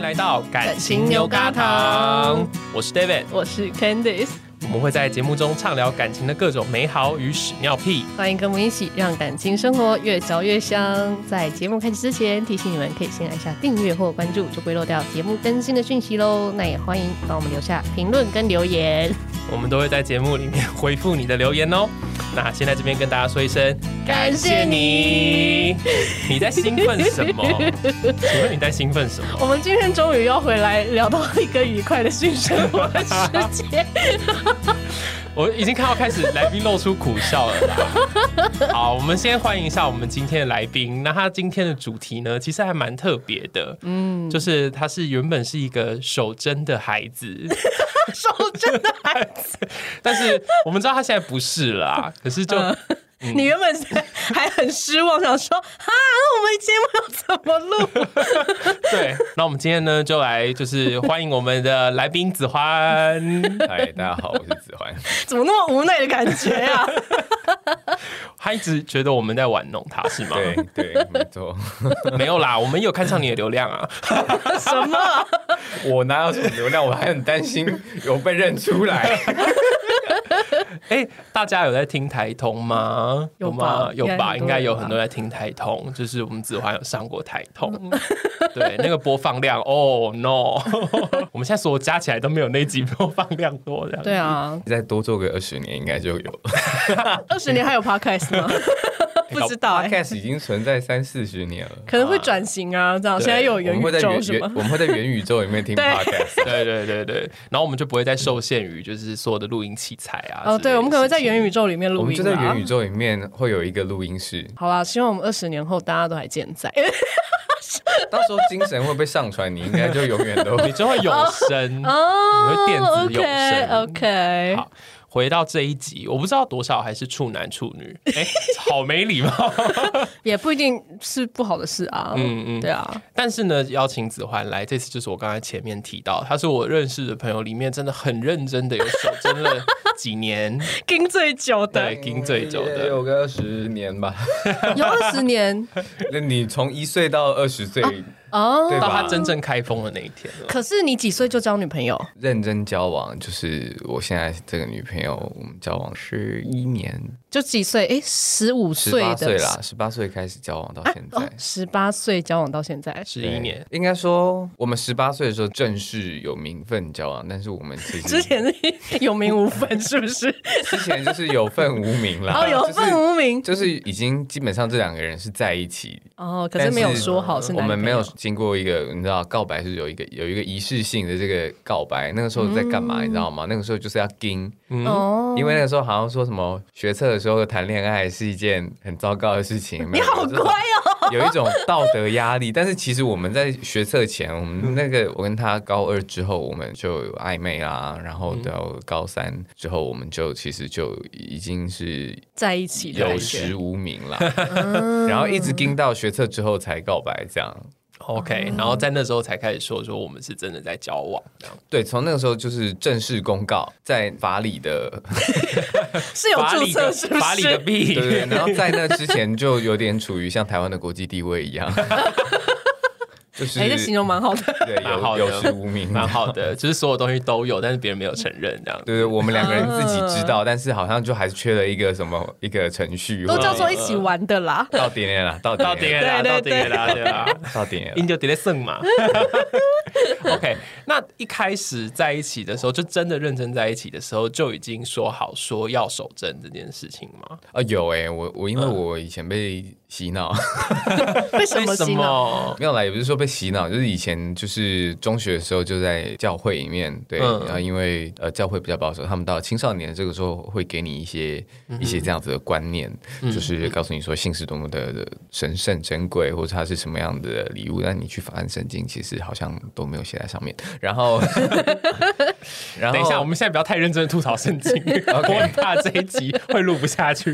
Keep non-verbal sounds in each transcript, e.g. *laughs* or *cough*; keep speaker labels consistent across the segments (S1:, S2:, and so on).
S1: 来到感情牛轧
S2: 感情
S1: 糖
S2: 牛，
S1: 我是 David，
S2: 我是 Candice，
S1: 我们会在节目中畅聊感情的各种美好与屎尿屁。
S2: 欢迎跟我们一起让感情生活越嚼越香。在节目开始之前，提醒你们可以先按下订阅或关注，就不会漏掉节目更新的讯息喽。那也欢迎帮我们留下评论跟留 *laughs* 言。
S1: 我们都会在节目里面回复你的留言哦。那先在这边跟大家说一声，
S2: 感谢
S1: 你
S2: 你。
S1: 你在兴奋什么？请问你在兴奋什么？
S2: 我们今天终于要回来聊到一个愉快的性生活的世界。 *laughs*
S1: 我已经看到开始来宾露出苦笑了啦。好，我们先欢迎一下我们今天的来宾。那他今天的主题呢，其实还蛮特别的，嗯，就是他是原本是一个守贞的孩子，
S2: 手真的，
S1: *laughs* 但是我们知道他现在不是啦。可是就
S2: 你原本是还很失望，想说啊，那我们节目要怎么录？ *laughs*
S1: 对，那我们今天呢，就来就是欢迎我们的来宾子欢。
S3: 嗨，大家好，我是子桓。
S2: 怎么那么无奈的感觉呀、 *laughs* 啊？
S1: 他一直觉得我们在玩弄他，是吗？
S3: 对对，没错，
S1: 没有啦，我们有看上你的流量啊。
S2: 什么？
S3: 我哪有什么流量？我还很担心有被认出来。
S1: 哎、大家有在听台通吗？
S2: 有
S1: 吗
S2: 吧？
S1: 有吧？应
S2: 应
S1: 该
S2: 该
S1: 有
S2: 有
S1: 很
S2: 很
S1: 多
S2: 多
S1: 人在听台通，就是我们子桓有上过台通，
S2: 嗯
S1: 对那个播放量，哦 no，我们现 *laughs* 在所有加起来都没有那集播放量多这样。
S2: 对啊，
S3: *laughs* 再多做个二十年，应该就有了。
S2: 二十年还有 podcast *laughs* 吗？不知道哎、
S3: Podcast 已经存在三四十年了。
S2: 可能会转型啊，这样现在又有
S3: 我
S2: 元
S3: 们会在
S2: 宇
S3: 元
S2: 宙什
S3: 元，
S2: 么？
S3: 我们会在元宇宙里面听
S2: 对
S3: Podcast。
S1: 对对对对，然后我们就不会再受限于就是所有的录音器材啊。
S2: 哦，对，我们可能会在元宇宙里面
S3: 我
S2: *laughs* 录
S3: 们
S2: 音
S3: 就在
S2: 啊
S3: 元宇。宙里面会有一个录音室，
S2: 好啦，希望我们二十年后大家都还健
S3: *laughs*
S2: 在。
S3: 到时候精神会被上传，你应该就永远都 *laughs*
S1: 你就会永生。
S2: 哦
S1: 你会电子永生
S2: o k OK，
S1: 好回到这一集，我不知道多少还是处男处女，哎、好没礼貌。
S2: 也不一定是不好的事啊。
S1: 嗯
S2: 嗯
S1: 嗯
S2: 嗯，对啊，
S1: 但是呢，邀请子桓来，这次就是我刚才前面提到，他是我认识的朋友里面真的很认真的，有守贞了几年，
S2: 跟最久的
S1: 对，盯最久的。 *laughs*
S3: 有个二十年吧。
S2: *laughs* 有二十年
S3: 那你从一岁到二十岁，
S2: 哦。
S3: 对
S1: 到他
S3: 吧？
S1: 真正开封的那一天了，
S2: 可是你几岁就交女朋友？
S3: 认真交往，就是我现在这个女朋友，我们交往十一年，
S2: 就几岁？哎，十五
S3: 十
S2: 岁
S3: 八
S2: 的
S3: 岁啦，十八岁开始交往到现在
S2: 哦，，十八岁交往到现在，
S1: 十一年。
S3: 对。应该说，我们十八岁的时候正式有名分交往，但是我们其
S2: *laughs*
S3: 实
S2: 之前是有名无分，是不是？
S3: 之前就是有份无名啦，
S2: 哦，有
S3: 就是
S2: 份无名
S3: 就是已经基本上这两个人是在一起，
S2: 哦，可
S3: 但
S2: 是
S3: 是
S2: 没有说好是
S3: 我
S2: 男女
S3: 们没
S2: 朋
S3: 有
S2: 友
S3: 经过一个你知道告白是有一个有一个仪式性的这个告白，那个时候在干
S2: 嗯
S3: 嘛、你知道吗？那个时候就是要盯，
S2: 哦，
S3: 因为那个时候好像说什么学测的时候谈恋爱是一件很糟糕的事情，
S2: *laughs* 你
S3: 没有
S2: 好
S3: 有这
S2: 乖
S3: 种
S2: 哦，
S3: 有一种道德压力。但是其实我们在学测前，我们那个我跟他高二之后，我们就有暧昧啦，然后到高三之后，我们就其实就已经是
S2: 在一起的
S3: 有
S2: 感觉
S3: 实无名
S2: *laughs*
S3: 啦，
S2: 嗯
S3: 然后一直盯到学测之后才告白这样。
S1: OK，然后在那时候才开始说说我们是真的在交往这样。
S3: 对，从那个时候就是正式公告，在法理的，
S2: 是有注
S1: 理
S2: 册
S1: 个
S2: 是不
S1: 法理的
S2: 是？
S1: 弊，
S3: 对
S2: *laughs*
S3: 对对，然后在那之前就有点处于像台湾的国际地位一样， *laughs* 就是
S2: 哎，这形容蛮好的，
S3: 对
S1: 蛮好
S3: 有
S1: 的
S3: 有实无名，
S1: 蛮好的，就是所有东西都有，但是别人没有承认这样。
S3: 对对，我们两个人自己知道，但是好像就还是缺了一个什么一个程序，
S2: 嗯都
S3: 或者
S2: 叫做一起玩的啦。
S3: 到点点了，到
S1: 到点
S3: 点点
S1: 了啦，
S2: 对
S1: 到
S2: 对
S1: 点了啦，对吧？
S3: 了，到点点了。
S1: 因就直接剩嘛。OK，那一开始在一起的时候，就真的认真在一起的时候，就已经说好说要守贞这件事情吗？
S3: 啊，有哎、我我因为
S1: 嗯
S3: 我以前被洗脑，
S2: 为什么
S1: 为什
S3: 啊
S2: 心呢？
S1: 么？
S3: *laughs* 没有啦，也不是说被洗脑，就是以前就是中学的时候就在教会里面，对，
S1: 嗯
S3: 然后因为呃教会比较保守，他们到青少年这个时候会给你一些
S1: 嗯
S3: 一些这样子的观念，就是告诉你说性是多么的的神圣珍贵，或者它是什么样的礼物，但你去翻圣经，其实好像都没有写在上面。
S1: *laughs*
S3: 然后，然后
S1: 等一下，我们现在不要太认真的吐槽 *laughs* 圣经，我
S3: OK
S1: 很怕这一集会录不下去。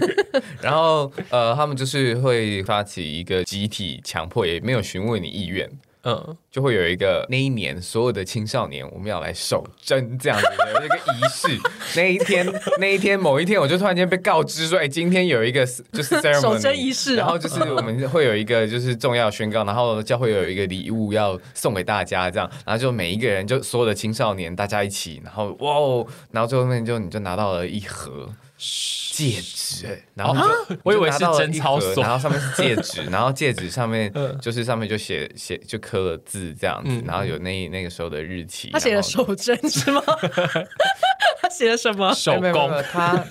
S3: 然后呃，他们就是会发起一个集体强迫，也没有询问你意愿。
S1: *laughs* 嗯，
S3: 就会有一个那一年所有的青少年我们要来守贞这样子的那个仪
S1: *laughs*
S3: 式。那一天，那一天某一天，我就突然间被告知说，哎、今天有一个 s- 就是
S1: *laughs*
S3: ceremony
S2: 守贞仪
S1: 啊
S2: 式哦
S3: 然后就是我们会有一个就是重要宣告，然后教会有一个礼物要送给大家，这样，然后就每一个人就所有的青少年大家一起，然后哇哦，然后最后面就你就拿到了一盒。戒指，哎然后你就、你就
S1: 啊我以为
S3: 拿到了
S1: 是贞
S3: 一
S1: 操
S3: 盒
S1: 所
S3: 然后上面是戒指，然后戒指上面
S1: 嗯
S3: 就是上面就写写就刻了字这样子，然后有那那个时候的日期。
S2: 他写了
S3: 然后
S2: 守贞是吗？他写了什么？
S1: 手
S3: 没有没有没
S1: 工
S3: 有
S1: *laughs*
S3: 他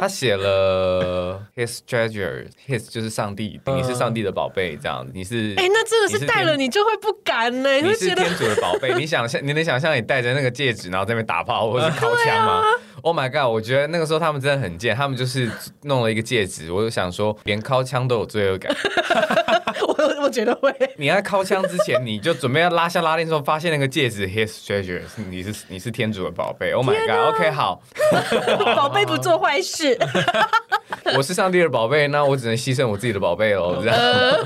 S3: 他写了 his treasure his 就是上帝，
S1: 嗯
S3: 你是上帝的宝贝这样子，你是
S2: 哎、那真的
S3: 你
S2: 是
S3: 是
S2: 戴了
S3: 天
S2: 你就会不敢呢、你
S3: 你
S2: 会
S3: 是
S2: 觉得
S3: 天主的宝贝， *laughs* 你想象你能想象你戴着那个戒指，然后在那边打炮或者
S2: 啊
S3: 是靠枪吗、o h my god！我觉得那个时候他们真的很贱，他们就是弄了一个戒指，我就想说连靠枪都有罪恶感。
S2: 我我觉得会。
S3: 你在靠枪之前，你就准备要拉下拉链的时候，发现那个戒指 his treasure，你是你是天主的宝贝，Oh my god！OK，、好，
S2: 宝贝不做坏事，
S3: 我是上帝的宝贝，那我只能牺牲我自己的宝贝喽。这样，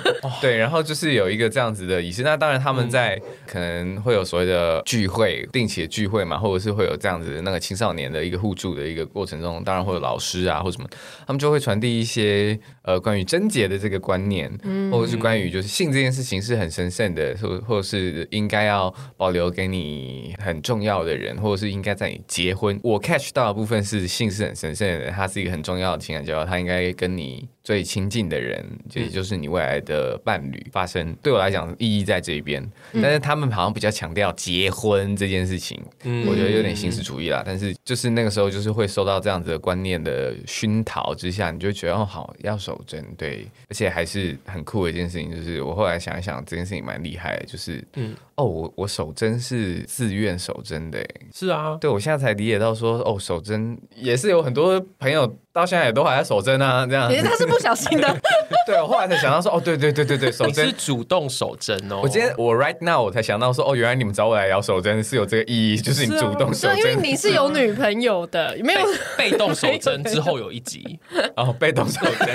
S3: 对，然后就是有一个这样子的仪式。那当然，他们在可能会有所谓的聚会，定期的聚会嘛，或者是会有这样子的那个青少年的一个互助的一个过程中，当然会有老师啊或什么，他们就会传递一些呃关于贞洁的这个观念，或者是关于就是性这件事情是很神圣的，或或者是应该要保留给你很重要的人，或者是应该在你结婚。我 catch 到的部分是性是很神圣的，它是一个很重要的情感交流，它应该跟你最亲近的人，就也就是你未来的伴侣发生。对我来讲，意义在这一边，但是他们好像比较强调结婚这件事情，我觉得有点形式主义啦。但是就是那个时候，就是会受到这样子的观念的熏陶之下，你就觉得哦，好要守贞，对，而且还是很酷的一件事情。就是我后来想一想，这件事情蛮厉害的，就是嗯，哦，我我守贞是自愿守贞的耶，欸
S1: 是啊，
S3: 对我现在才理解到说，哦，守贞也是有很多朋友到现在也都还在守贞啊，这样
S2: 其。实他是不小心的。
S3: *laughs* 对，我后来才想到说，哦，对对对
S1: *laughs*
S3: 对对，守
S1: 你
S3: 贞
S1: 是主动手针哦。
S3: 我今天我 right now 我才想到说，哦，原来你们找我来聊手针是有这个意义，就是你
S1: 是啊
S3: 主动手
S4: 对，因为
S3: 针，
S4: 你是有女朋友的，没有
S1: 被动手针之后有一集
S3: 哦，被动手针。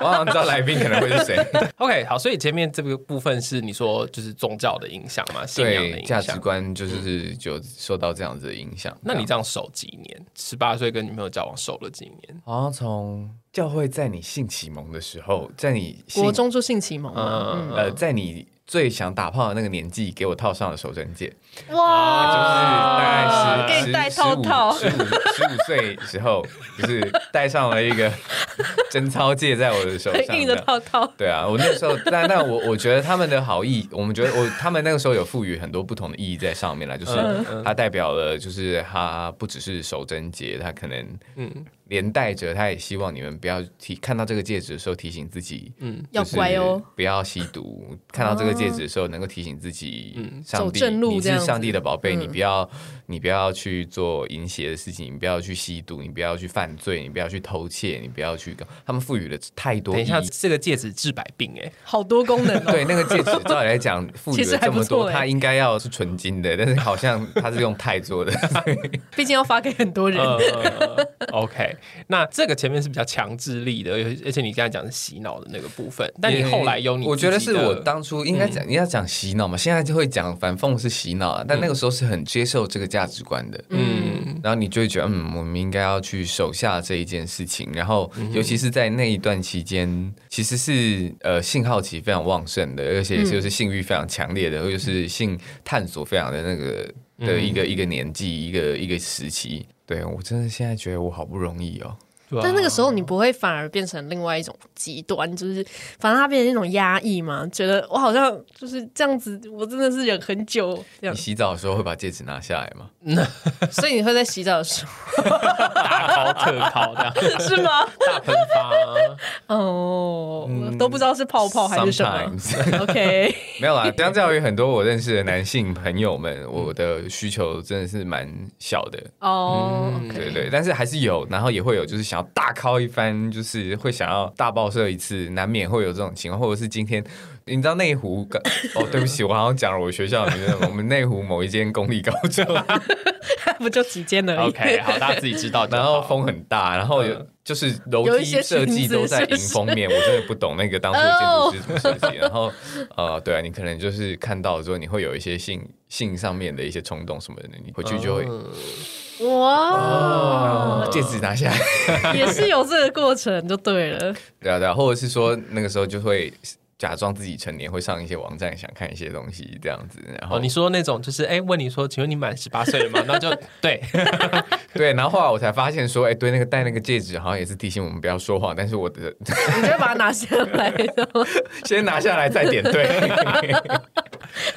S3: 我好像知道来宾可能会
S1: *laughs*
S3: 是谁，
S1: *laughs* ，OK，好，所以前面这个部分是你说就是宗教的影响嘛，信仰的
S3: 对，
S1: 影
S3: 价值
S1: 响。
S3: 观就是就受到这样子的影响。
S1: 那你这样守几年？十八岁跟女朋友交往守了几年？
S3: 好像从教会在你性启蒙的时候，在你性
S4: 国中就性启蒙了，
S1: 嗯，
S3: 呃，在你最想打炮的那个年纪，给我套上了手针戒。就是大
S1: 啊
S3: 概
S2: 可
S3: 是
S2: 以戴套套
S3: 十五十五岁时候，就是戴上了一个 *laughs* 贞操戒在我的手
S2: *laughs*
S3: 上，
S2: 硬的套套，
S3: *laughs* 对啊，我那时候，但但我我觉得他们的好意，我们觉得我他们那个时候有赋予很多不同的意义在上面啦，就是
S1: 嗯
S3: 它代表了，就是它不只是守贞节，它可能嗯连带着，他也希望你们不要提看到这个戒指的时候提醒自己，嗯，
S4: 要乖哦，
S3: 不要吸毒，看到这个戒指的时候能够提醒自己，
S1: 嗯
S3: 上帝
S4: 走正路
S3: 你
S4: 这
S3: 是
S4: 样子
S3: 上帝的宝贝，你不要你不要去做淫邪的事情，你不要去吸毒，你不要去犯罪，你不要去偷窃，你不要去，他们赋予了太多
S1: 等一
S3: 意
S1: 下，
S3: 义。
S1: 这个戒指治百病哎、
S2: 好多功能哦。
S3: 对，那个戒指照理
S2: *laughs*
S3: 来讲赋予
S2: 其实
S3: 了
S2: 还
S3: 这
S2: 不
S3: 么
S2: 错
S3: 多，
S2: 欸
S3: 它应该要是纯金的，但是好像它是用钛做的。
S2: 毕竟要发给很多人。
S1: *laughs* 呃 OK，那这个前面是比较强制力的，而而且你刚才讲是洗脑的那个部分，但你后来有你
S3: 我觉得
S1: 自己
S3: 是
S1: 的嗯
S3: 我当初应该讲，你要讲洗脑嘛，现在就会讲反讽是洗脑啊，但那个时候是很接受这个价值观的，嗯，然后你就会觉得，嗯，我们应该要去手下这一件事情，然后
S1: 嗯
S3: 尤其是在那一段期间，其实是呃性好奇非常旺盛的，而
S1: 嗯
S3: 且就是性欲非常强烈的，或者是性探索非常的那个
S1: 嗯
S3: 的一个一个年纪，一个一个时期。对我真的现在觉得我好不容易哦，
S1: 对啊
S4: 但那个时候你不会反而变成另外一种极端，就是反而他变成一种压抑嘛，觉得我好像就是这样子，我真的是忍很久这样
S3: 你，洗澡的时候会把戒指拿下来吗？
S4: *laughs* 所以你会在洗澡的时候
S3: *laughs*
S1: 大考特考这样
S4: 是
S2: *laughs*
S4: 吗？
S1: 大喷发，
S4: 哦，我都不知道是泡泡还是什么。
S2: *laughs*
S3: Sometimes
S4: OK，
S3: 没有啦，相较于很多我认识的男性朋友们，我的需求真的是蛮小的，
S4: 哦
S3: 对
S4: ，OK，
S2: 哦嗯
S4: 嗯
S3: 对，但是还是有，然后也会有就是想要大靠一番，就是会想要大爆射一次，难免会有这种情况，或者是今天。你知道内湖高哦，对不起，我好像讲了我学校里面，我们内湖某一间公立高中，
S2: *laughs* 不就几间而已。
S3: *laughs*
S1: OK，好，大家自己知道就好。嗯
S3: 然后风很大，然后有就是楼
S2: 有一
S3: 梯
S2: 些
S3: 设计
S2: 裙子
S3: 都在
S2: 是不
S3: 迎
S2: 是
S3: 风面，我真的不懂那个当初
S1: 哦
S3: 建筑师怎么设计。然后呃，对啊，你可能就是看到之后，你会有一些性性上面的一些冲动什么的，你回去就会
S1: 嗯哦
S2: 哇，
S4: 哦
S3: 啊戒指
S1: *laughs*
S3: 拿下来，
S2: 也是有这个过程就
S4: *laughs*
S2: 对了。
S3: 对啊对啊，或者是说那个时候就会假装自己成年，会上一些网站想看一些东西这样子，然后
S1: 哦，你说那种就是哎、问你说，请问你满十八岁了吗？那就对， *laughs*
S3: 对，然后后来我才发现说，哎，对，那个戴那个戒指好像也是提醒我们不要说谎，但是我的 *laughs*
S2: 你就把它拿下来，
S3: 先拿下来再
S1: *laughs*
S3: 点对。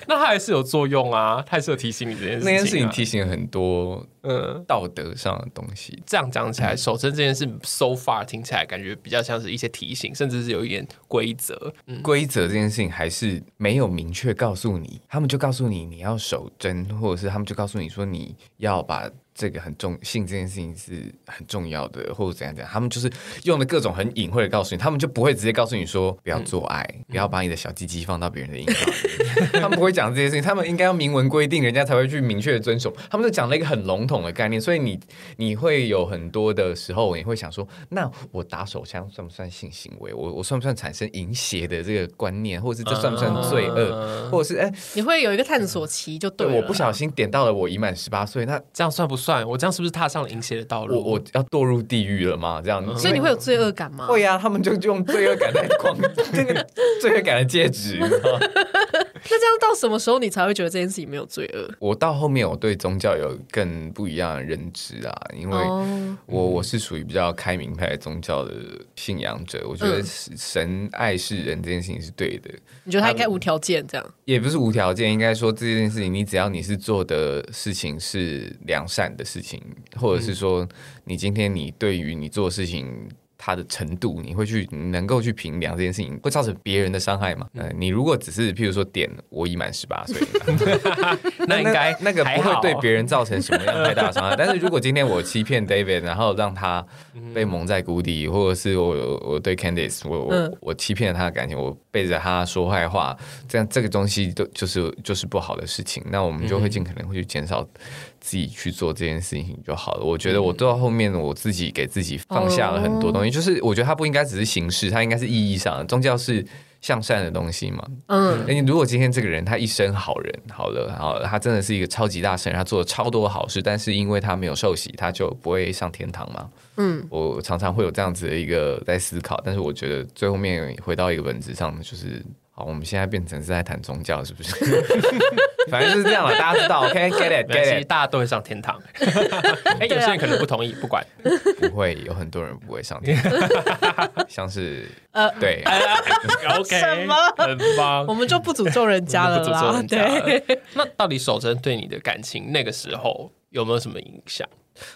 S1: 那它还是有作用啊，它还是有提醒你这件事情、啊
S3: 那件事情，提醒了很多
S1: 嗯，
S3: 道德上的东西。
S1: 这样讲起来，守贞这件事，so far 听起来感觉比较像是一些提醒，甚至是有一点规则。嗯，
S3: 规则这件事情还是没有明确告诉你，他们就告诉你你要守贞，或者是他们就告诉你说你要把这个很重性这件事情是很重要的，或者怎样怎样，他们就是用的各种很隐晦的告诉你，他们就不会直接告诉你说不要做爱，不要把你的小鸡鸡放到别人的阴道里， *laughs* 他们不会讲这些事情，他们应该要明文规定，人家才会去明确的遵守。他们就讲了一个很笼统的概念，所以你你会有很多的时候，你会想说，那我打手枪算不算性行为？我我算不算产生淫邪的这个观念，或者是这算不算罪恶？
S1: 嗯
S3: 或者是哎、
S2: 你会有一个探索期就
S3: 对，
S2: 了。
S3: 我不小心点到了我已满十八岁，那
S1: 这样算不算？我这样是不是踏上了淫邪的道
S3: 我
S1: 路？
S3: 我要堕入地狱了吗？这样，
S2: 所以你会有罪恶感吗？
S3: 会啊，他们就用罪恶感在框那个罪恶感的戒指，你知道吗
S2: 那这样到什么时候你才会觉得这件事情没有罪恶？
S3: 我到后面我对宗教有更不一样的认知啊，因为
S2: 哦
S3: 我我是属于比较开明派的宗教的信仰者，我觉得
S2: 嗯
S3: 神爱世人这件事情是对的，
S2: 你觉得他应该无条件这样？
S3: 也不是无条件，应该说这件事情，你只要你是做的事情是良善的事情，或者是说你今天你对于你做的事情。它的程度，你会去你能够去评量这件事情，会造成别人的伤害吗？嗯、你如果只是譬如说点我已满十八岁，
S1: *laughs* 那应该
S3: 那个
S1: 还
S3: 不会
S1: 好
S3: 对别人造成什么样太大的伤害。 *laughs* 但是如果今天我欺骗 David，然后让他被蒙在鼓里，或者是我我对 Candice，我我、
S2: 嗯
S3: 我欺骗了他的感情，我背着他说坏话，这样这个东西都就是就是不好的事情。那我们就会尽可能会去减少自己去做这件事情就好了。我觉得我做到后面，我自己给自己放下了很多东西，就是我觉得它不应该只是形式，它应该是意义上的。宗教是向善的东西嘛，
S2: 嗯，
S3: 哎、你如果今天这个人他一生好人，好了，好了，他真的是一个超级大圣人，他做了超多好事，但是因为他没有受洗，他就不会上天堂嘛。
S2: 嗯，
S3: 我常常会有这样子的一个在思考，但是我觉得最后面回到一个本质上，就是好，我们现在变成是在谈宗教，是不 *laughs* 是？反正就是这样了，大家知道，OK，get、
S1: 没关
S3: it，get
S1: 系，
S3: it，
S1: 大家都会上天堂。哎、
S2: 啊
S1: 有些人可能不同意，不管。
S3: 不会有很多人不会上天
S1: *laughs*
S3: 堂，像是
S2: 呃
S3: 对，
S1: OK，
S2: *laughs* 什么
S1: 很棒
S2: 我。们就不诅咒人家了
S1: 不诅咒
S2: 啦。
S1: 人家了
S2: 对，
S1: *laughs* 那到底守贞对你的感情那个时候有没有什么影响？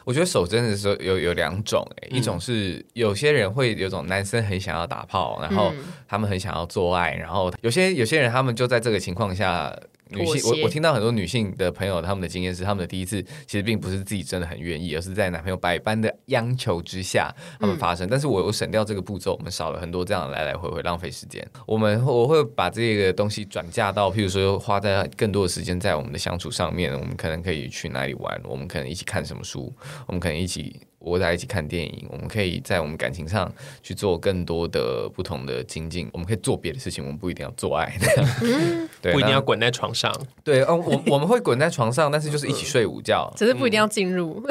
S3: 我觉得守贞的时候有有两种、欸，
S2: 嗯
S3: 一种是有些人会有种男生很想要打炮，然
S2: 嗯
S3: 后他们很想要做爱，然后有些有些人他们就在这个情况下。女性，
S2: 妥协
S3: 我我听到很多女性的朋友，他们的经验是，他们的第一次其实并不是自己真的很愿意，而是在男朋友百般的央求之下，
S2: 嗯
S3: 他们发生。但是我我省掉这个步骤，我们少了很多这样来来回回浪费时间。我们我会把这个东西转嫁到，譬如说花在更多的时间在我们的相处上面，我们可能可以去哪里玩，我们可能一起看什么书，我们可能一起窝在一起看电影，我们可以在我们感情上去做更多的不同的精进，我们可以做别的事情，我们不一定要做爱，
S2: 嗯
S3: *laughs* 对，
S1: 不一定要
S3: 那
S1: 滚在床上。
S3: 对，嗯，我我们会滚在床上，但是就是一起睡午
S2: *laughs*
S3: 觉，
S2: 只是不一定要进入，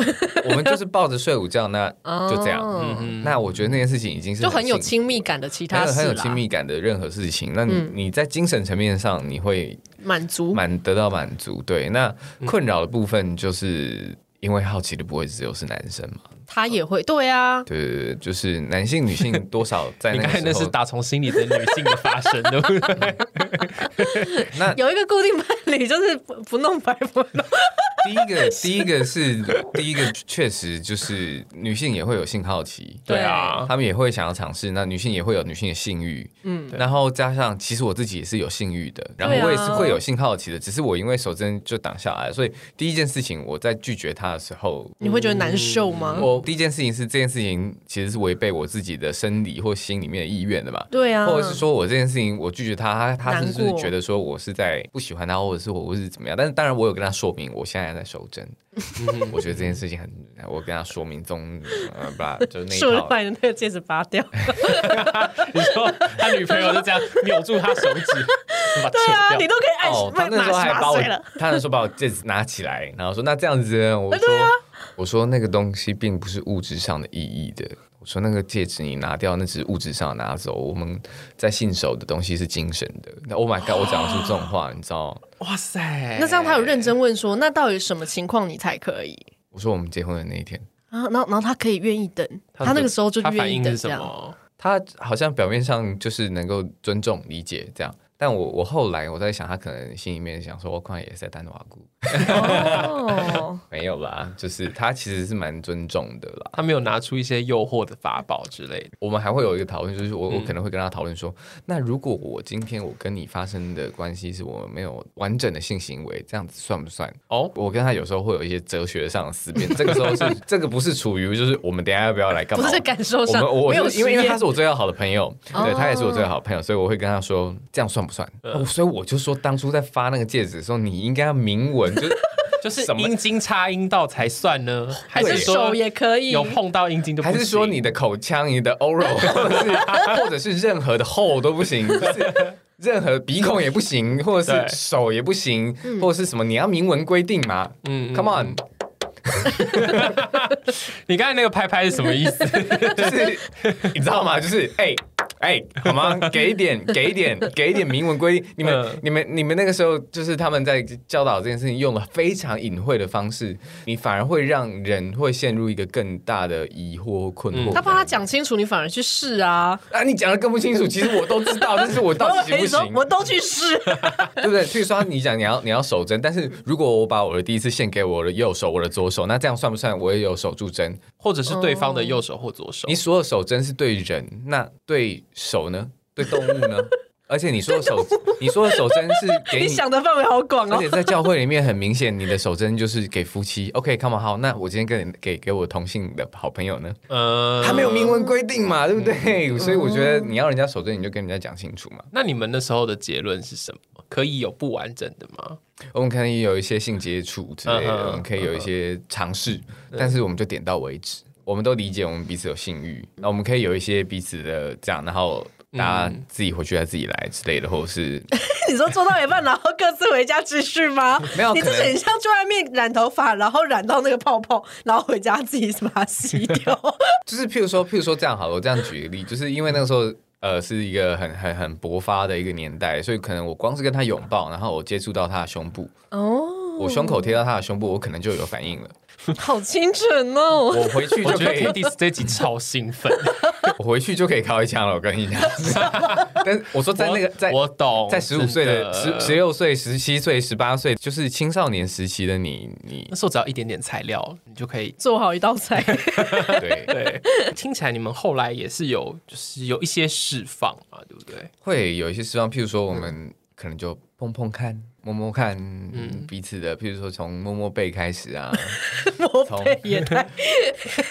S3: 我们就是抱着睡午觉，那就这样。
S2: 哦
S1: 嗯
S3: 那我觉得那件事情已经是
S2: 就很有
S3: 幸
S2: 亲密感的其
S3: 很
S2: 他
S3: 有
S2: 事
S3: 很有
S2: 啦嗯
S3: 亲密感的任何事情，那你、你在精神层面上你会
S2: 满足。
S3: 满得到满足。对，那
S1: 嗯
S3: 困扰的部分就是因为好奇的不会只有是男生嘛，
S2: 他也会，对啊，
S3: 对对对，就是男性女性多少
S1: *laughs*
S3: 在
S1: 你
S3: 那
S1: 刚才那
S3: 个时
S1: 是
S3: 候，
S1: 打从心里的女性的发声，对不对？
S3: 那
S2: 有一个固定伴侣就是不不弄白不弄，
S1: 嗯
S3: 第一个第一个是第一个确实就是女性也会有性好奇，
S1: 对啊，
S3: 他们也会想要尝试，那女性也会有女性的性欲，嗯，
S1: 对
S3: 然后加上，其实我自己也是有性欲的，然后
S2: 对啊
S3: 我也是会有性好奇的，只是我因为手真就挡下来，所以第一件事情我在拒绝他的时候，
S2: 你会觉得难受
S1: 嗯
S2: 吗？
S3: 我第一件事情是这件事情其实是违背我自己的生理或心里面的意愿的嘛，
S2: 对啊，
S3: 或者是说我这件事情我拒绝他，他他是不
S2: 难
S3: 是
S2: 过
S3: 觉得说我是在不喜欢他，或者是我是怎么样？但是当然我有跟他说明，我现在在收针，我觉得这件事情很，我跟他说明中呃把就是那一
S2: 是我就
S3: 套
S2: 把。你的那个戒指拔掉。
S1: 你说他女朋友就这样扭住他手指，就把它
S2: 对啊，
S1: 扯
S2: 你
S1: 掉。
S2: 都可以爱
S3: 哦，他
S2: 满
S3: 那时候还
S2: 十
S3: 把
S2: 八
S3: 我
S2: 岁了，，啊
S3: 他那时候把我戒指拿起来，然后说那这样子呢，我说、我说那个东西并不是物质上的意义的，我说那个戒指你拿掉，那只是物质上的拿走，我们在信手的东西是精神的。那 Oh my god，我讲得出这种话，你知道吗？
S1: 哇塞！
S2: 那这样他有认真问说，那到底什么情况你才可以
S3: 我说我们结婚的那一天，
S2: 啊？然后然后他可以愿意等，他那个时候就
S1: 他反
S2: 愿意
S1: 应
S2: 等
S1: 是什
S2: 这样。
S1: 么？
S3: 他好像表面上就是能够尊重理解这样，但我我后来我在想，他可能心里面想说，我可能也是在单独姑，
S2: 哦，
S3: *laughs* 没有啦，就是他其实是蛮尊重的啦。
S1: 他没有拿出一些诱惑的法宝之类的。
S3: 我们还会有一个讨论，就是我我可能会跟他讨论说，那如果我今天我跟你发生的关系是我没有完整的性行为，这样子算不算？
S1: 哦，
S3: 我跟他有时候会有一些哲学上的思辨，这个时候是这个不是处于就是我们等一下要不要来干
S2: 不
S3: 嘛？
S2: 是在感受
S3: 我
S2: 上，
S3: 们我
S2: 没有
S3: 我是因为因为
S2: 实验
S3: 他是我最要好的朋友，
S2: 哦
S3: 对他也是我最好的朋友，所以我会跟他说这样算不算？
S1: 嗯
S3: 哦所以我就说当初在发那个戒指的时候，你应该要明文就是
S1: 就是
S3: 什么
S1: 阴茎插阴道才算呢？还
S2: 还
S1: 是
S2: 是手
S1: 说
S2: 也可以
S1: 有碰到阴茎就不
S3: 还
S1: 行？
S3: 是说你的口腔、你的 oral，或者
S1: *laughs*
S3: 是或者是任何的后都不行，就是任何鼻孔也不行，或者
S1: 对
S3: 是手也不行，或者是什么？你要明文规定嘛？
S1: 嗯
S3: 嗯
S1: 嗯
S3: ，Come on，
S1: 你刚才那个拍拍是什么意思？
S2: *laughs*
S3: 就是你知道吗？就是哎。哎、好吗？给
S2: *laughs*
S3: 一点，给一点，给一点明文规定。你们、
S1: 嗯
S3: 你们、你们那个时候，就是他们在教导这件事情，用了非常隐晦的方式，你反而会让人会陷入一个更大的疑惑或困惑。
S2: 他帮他讲清楚，你反而去试啊。
S3: 啊，你讲的更不
S2: *laughs*
S3: 清楚。其实我都知道，但是我到底行
S2: 我
S3: 不
S2: 跟你说
S3: 行，
S2: 我都去试，
S3: 对不对？譬如说，你讲你要你要手针，但是如果我把我的第一次献给我的右手，我的左手，那这样算不算我也有手助针？
S1: 或者是对方的右手或左手
S3: 你？所有手针是对人，那对手
S2: *laughs*
S3: 呢？对动物呢？而且你说的手，你说的手针是给
S2: 你
S3: 你。
S2: 想的范围好广
S3: 而
S2: 哦
S3: 且。在教会里面，很明显，你的手针就是给夫妻。OK，come、on，好，那我今天跟你给给我同性的好朋友呢，
S1: 嗯，
S2: 呃
S3: 他没有明文规定嘛，对不
S2: 嗯
S3: 对？所以我觉得你要人家手针，你就跟人家讲清楚嘛。
S1: 那你们那时候的结论是什么？可以有不完整的吗？
S3: 我们可以有一些性接触之类
S1: 嗯哼
S3: 的，我们可以有一些尝试，但是我们就点到为止。我们都理解我们彼此有性欲，那我们可以有一些彼此的这样，然后大家
S1: 嗯
S3: 自己回去再自己来之类的，或者是
S2: 你说做到一半，然后各自回家继续吗？
S3: *laughs* 没有
S2: 你这
S3: 可
S2: 是
S3: 能
S2: 很像去外面染头发，然后染到那个泡泡，然后回家自己把它洗
S3: *laughs*
S2: 掉。
S3: 就是譬如说，譬如说这样好了，我这样举个例，就是因为那个时候。呃，是一个很很很勃发的一个年代，所以可能我光是跟他拥抱，然后我接触到他的胸部，
S2: 哦，
S3: 我胸口贴到他的胸部，我可能就有反应了。
S2: 好清纯哦！
S3: *laughs* 我回去
S1: 我
S3: 就
S1: 觉
S3: 可
S1: 得
S3: 以
S1: Kitty 这集超兴奋，
S3: 我回去就可以靠一枪了。我跟你讲， *laughs* 但是我说 *laughs* 在那个在
S1: 我我
S2: 哦
S1: 懂，
S3: 在十五岁的
S1: 真
S3: 十十六岁、十七岁、十八岁，就是青少年时期的你，
S2: *laughs*
S3: 你
S1: 那时候只要一点点材料，你就可以。
S2: 做好一道菜，
S3: 对
S2: *laughs*
S1: 对， *laughs* 听起来你们后来也是有，就是有一些释放嘛，对不对？
S3: 会有一些释放，譬如说我
S2: 嗯
S3: 们可能就碰碰看、摸摸看彼此的，譬如说从摸摸背开始
S2: *laughs*
S3: 啊，
S2: 摸
S3: *laughs* 从
S2: 背也太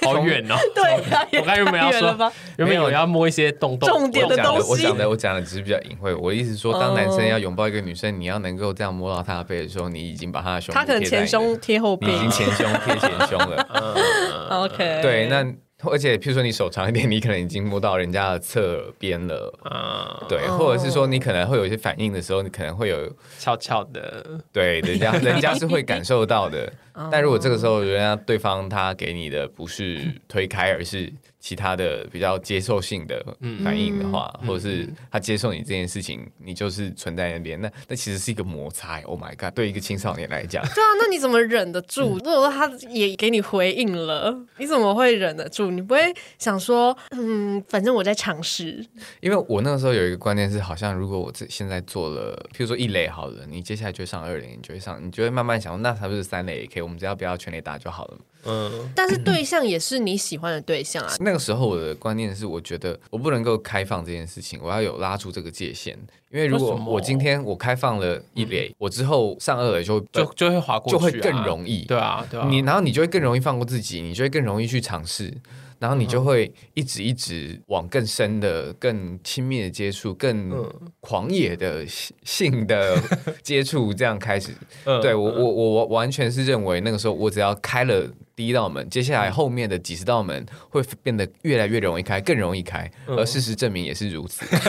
S1: 好远哦， *laughs*
S2: 对啊，也
S1: 我刚原本要
S2: 太远
S1: 说
S2: 了吧？
S1: 原本有要摸一些洞洞，
S2: 重点
S3: 我
S2: 的
S3: 讲
S2: 东
S3: 的
S2: 西哦
S3: 我讲的我讲的只是比较隐晦。我的意思是说，当男生要拥抱一个女生，你要能够这样摸到她的背的时候，你已经把她的胸部
S2: 他可能
S3: 贴在
S2: 前
S3: 你的
S2: 胸，贴后背
S3: 你已经前胸贴前
S2: *laughs*
S3: 胸了。 *laughs*
S2: ，OK，
S3: 对，那而且譬如说你手长一点，你可能已经摸到人家的侧边了，
S1: 啊，
S3: 对，
S2: 哦
S3: 或者是说你可能会有一些反应的时候，你可能会有
S1: 悄悄的，
S3: 对人家人家是会感受到的，但如果这个时候人家对方他给你的不是推开，而是其他的比较接受性的反应的话，或者是他接受你这件事情，你就是存在那边，那那其实是一个摩擦。Oh my god！对一个青少年来讲，
S2: 对啊，那你怎么忍得住？如果他也给你回应了，你怎么会忍得住？你不会想说，嗯，反正我在尝试，
S3: 因为我那个时候有一个观念是，好像如果我这现在做了，譬如说一垒好了，你接下来就会上二垒，你就会上，你就会慢慢想，那是不是三垒也可以？我们只要不要全垒打就好了嘛。
S1: 嗯，
S2: 但是对象也是你喜欢的对象啊。
S3: 那个时候我的观念是，我觉得我不能够开放这件事情，我要有拉出这个界限。因为如果
S1: 为什么
S3: 我今天我开放了一垒，我之后上二垒就会
S1: 就就会划过去、
S3: 就
S1: 啊，
S3: 会更容易。
S1: 对啊，对啊，
S3: 你然后你就会更容易放过自己，你就会更容易去尝试，然后你就会一直一直往更深的、更亲密的接触、
S1: 嗯
S3: 更狂野的性性的接触这样开始。
S1: *laughs* 嗯
S3: 对我，我我我完全是认为那个时候我只要开了第一道门，接下来后面的几十道门会变得越来越容易开，更容易开，
S1: 嗯
S3: 而事实证明也是如此。
S1: 看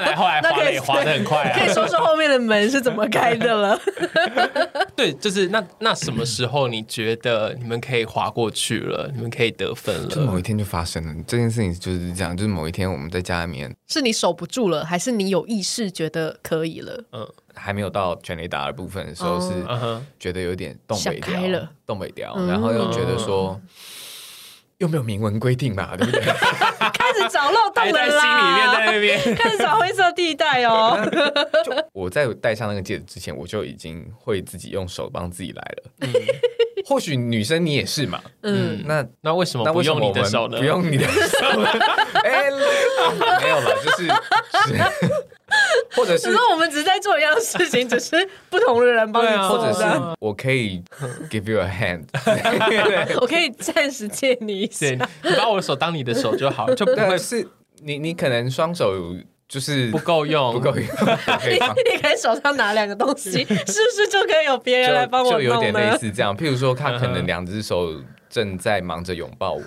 S1: 来后来
S2: 那
S1: 滑
S2: 可以
S1: 垒滑的很快
S2: 可以
S1: 啊。
S2: 说说后面的门是怎么开的了？ *laughs*
S1: 对，就是那那什么时候你觉得你们可以滑过去了，你们可以得分
S3: *laughs* 就某
S1: 了？
S3: 一天就发生了这件事情，就是这样，就是某一天我们在家里面
S2: 是你守不住了，还是你有意识觉得可以了？
S3: 还没有到全垒打的部分的时候
S2: 哦
S3: 是。
S1: 嗯哼，
S3: 觉得有点东北
S2: 想开
S3: 调
S2: 了，
S3: 东北调，
S2: 嗯
S3: 然后又觉得说。又没有明文规定嘛，对不 *laughs*
S2: *laughs*
S3: 对？
S2: 开始找漏洞
S1: 还
S2: 了
S1: 在心里面，在
S2: 啦！
S1: 那边。
S2: *laughs* 开始找灰色地带
S1: *laughs*
S2: 哦。
S3: 我在戴上那个戒指之前，我就已经会自己用手帮自己来了。或许女生你也是嘛？
S2: 嗯，
S3: 那
S1: 那为什么
S3: 那
S1: 不
S3: 为什么
S1: 用你
S3: 我
S1: 的
S3: 们
S1: 手呢？
S3: 不用你的
S1: *laughs*
S3: 手呢？哎，没有了，就是，
S2: *laughs*
S3: 是或者
S2: 只
S3: 是
S2: 是我们只是在做一样的事情，只是不同的人帮你
S1: 对啊
S2: 做
S3: 或者
S2: 这样
S3: 是我可以 give you
S1: *laughs*
S3: a hand，
S2: 我可以暂时借你一
S1: 对，
S2: 下。
S1: 你把我的手当你的手就好，就不
S3: 对啊，
S1: 会
S3: 就是你你可能双手就是
S1: 不够用，
S3: 不够
S1: *laughs*
S3: 用，可以放
S2: 你你可以手上拿两个东
S3: *laughs*
S2: 西，是不是就可以有别人来帮
S3: 就
S2: 我
S3: 就有
S2: 弄
S3: 点类
S2: 呢？
S3: 似这样。譬如说，他可能两只手正在忙着拥抱我，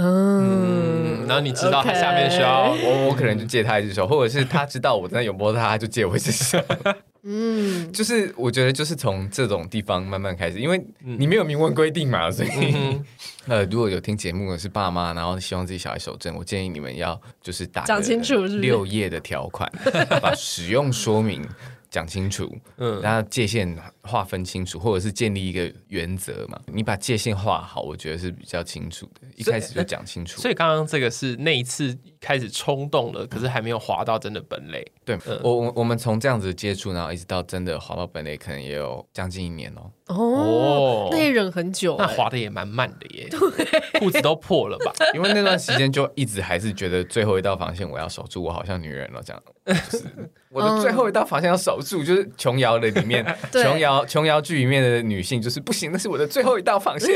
S2: 嗯，
S1: 然后你知道它
S2: OK
S1: 下面需要，
S3: 我我可
S2: 嗯
S3: 能就借他一只手，或者是他知道我在拥抱他，他就借我一只
S2: *laughs*
S3: 手。嗯，就是我觉得就是从这种地方慢慢开始，因为
S2: 嗯
S3: 你没有明文规定嘛，所以、 *laughs* 呃，如果有听节目的是爸妈，然后希望自己小孩守正，我建议你们要就是打个
S2: 讲清楚是不是
S3: 六页的条款，把使用说明。讲清
S2: *laughs*
S3: 楚，嗯，然后界限划分清楚，或者是建立一个原则嘛。你把界限画好，我觉得是比较清楚的。一开始就讲清楚。
S1: 所以刚刚这个是那一次开始冲动了，可是还没有滑到真的本垒。
S3: 对、
S2: 呃
S3: 我我我们从这样子接触，然后一直到真的滑到本垒，可能也有将近一年哦。
S2: 哦
S1: 哦，
S2: 那也忍很久
S1: 那
S2: 欸， *laughs*
S1: 滑的也蛮慢的耶，裤子都
S5: *laughs*
S1: 破了吧？
S3: *laughs* 因为那段时间就一直还是觉得最后一道防线我要守住，我好像女人了这样。
S2: *laughs*
S3: 就是我的最后一道防线要守住，就是琼瑶的里面，
S2: 嗯 *laughs* 对
S3: 琼瑶琼瑶剧里面的女性就是不行，那是我的最后一道防
S2: *laughs*
S3: 线，是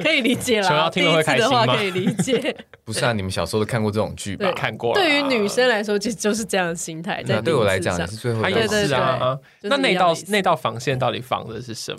S2: 可以理解
S1: 琼
S2: 啦。
S1: 瑶
S2: 第
S1: 听了
S2: 一
S1: 会
S2: 次
S1: 开
S2: 的
S1: 心
S2: 话
S1: 吗
S2: 可以理解。
S3: *laughs* 不是啊？你们小时候都看过这种剧吧
S2: 对？
S1: 看过了啊，
S2: 对于女生来说，其实就是这样的心态。在
S3: 那对我来讲，
S2: 名
S3: 你
S2: 字
S3: 是
S2: 上
S3: 最后
S1: 他
S3: 一
S1: 也
S3: 道防
S2: 对
S1: 是
S3: 线。
S1: 啊。
S2: 对
S1: 那
S2: 对就是一
S1: 那
S2: 样的
S1: 道
S2: 意思
S1: 那道防线到底防的是什么？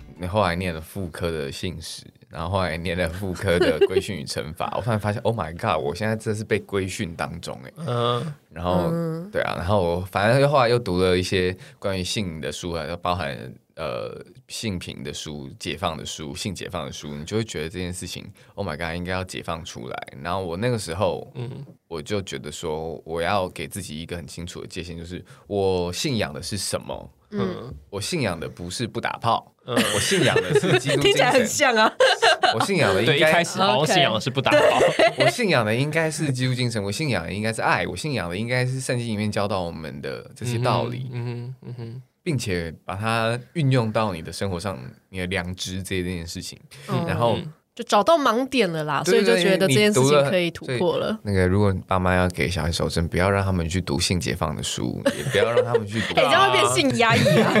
S3: 后来念了妇科的姓氏，然后后来念了妇科的规训与惩罚，我突然发现，Oh my god！我现在真的是被规训当中哎、
S1: 嗯
S3: 然后、对啊，然后我反正后来又读了一些关于性的书啊，包含呃性平的书、解放的书、性解放的书，你就会觉得这件事情，Oh my god，应该要解放出来。然后我那个时候，嗯，我就觉得说，我要给自己一个很清楚的界限，就是我信仰的是什么。嗯，我信仰的不是不打炮，
S1: 嗯
S3: 我信仰的是基督
S2: *laughs* 听
S3: 精
S2: 起来很
S3: 神。
S2: 像啊。
S3: 我信仰的
S1: 对，
S3: 应
S1: 一
S3: 该
S1: 开始好像信仰的是不打扰。
S3: *laughs* 我信仰的应该是基督精神，我信仰的应该是爱，我信仰的应该是圣经里面教导我们的这些道理，
S1: 嗯哼嗯哼，
S3: 并且把它运用到你的生活上，你的良知这件事情。
S2: 嗯
S3: 然后
S2: 就找到盲点了啦，所
S3: 对
S2: 以就
S3: 对
S2: 觉得这
S3: 你
S2: 件事
S3: 读
S2: 情
S3: 了
S2: 可以突
S3: 对
S2: 破了。
S3: 那个，如果爸妈要给小孩守正，不要让他们去读性解放的书，也不要让他们去
S2: *laughs*
S3: 读
S2: 哎，。这样会变性压抑啊！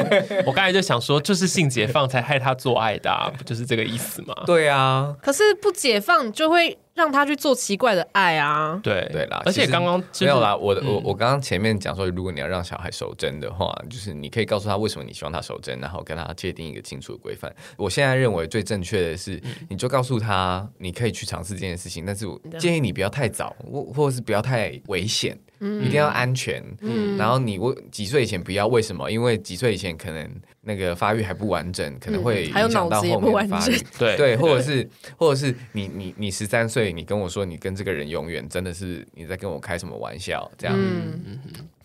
S3: *laughs*
S1: 我刚才就想说，就是性解放才害他做爱的、啊，不就是这个意思吗？
S3: 对啊，
S2: *laughs* 可是不解放，就会让他去做奇怪的爱啊。
S1: 对
S3: 对啦，
S1: 而且
S3: 其实
S1: 刚刚就是
S3: 没有啦，我的我我刚刚前面讲说，如果你要让小孩守贞的话，就是你可以告诉他为什么你希望他守贞，然后跟他界定一个清楚的规范。我现在认为最正确的是，你就告诉他你可以去尝试这件事情，但是我建议你不要太早，或或者是不要太危险。一定要安全。嗯，然后你我几岁以前不要，为什么？因为几岁以前可能那个发育还不完整，可能会
S2: 还有
S3: 影响到
S2: 脑子也
S3: 后
S2: 不
S3: 面
S2: 完
S3: 的发
S2: 整
S3: 育。
S1: 对
S3: 对，或者是或者是你你你十三岁，你跟我说你跟这个人永远，真的是你在跟我开什么玩笑？这样，
S2: 嗯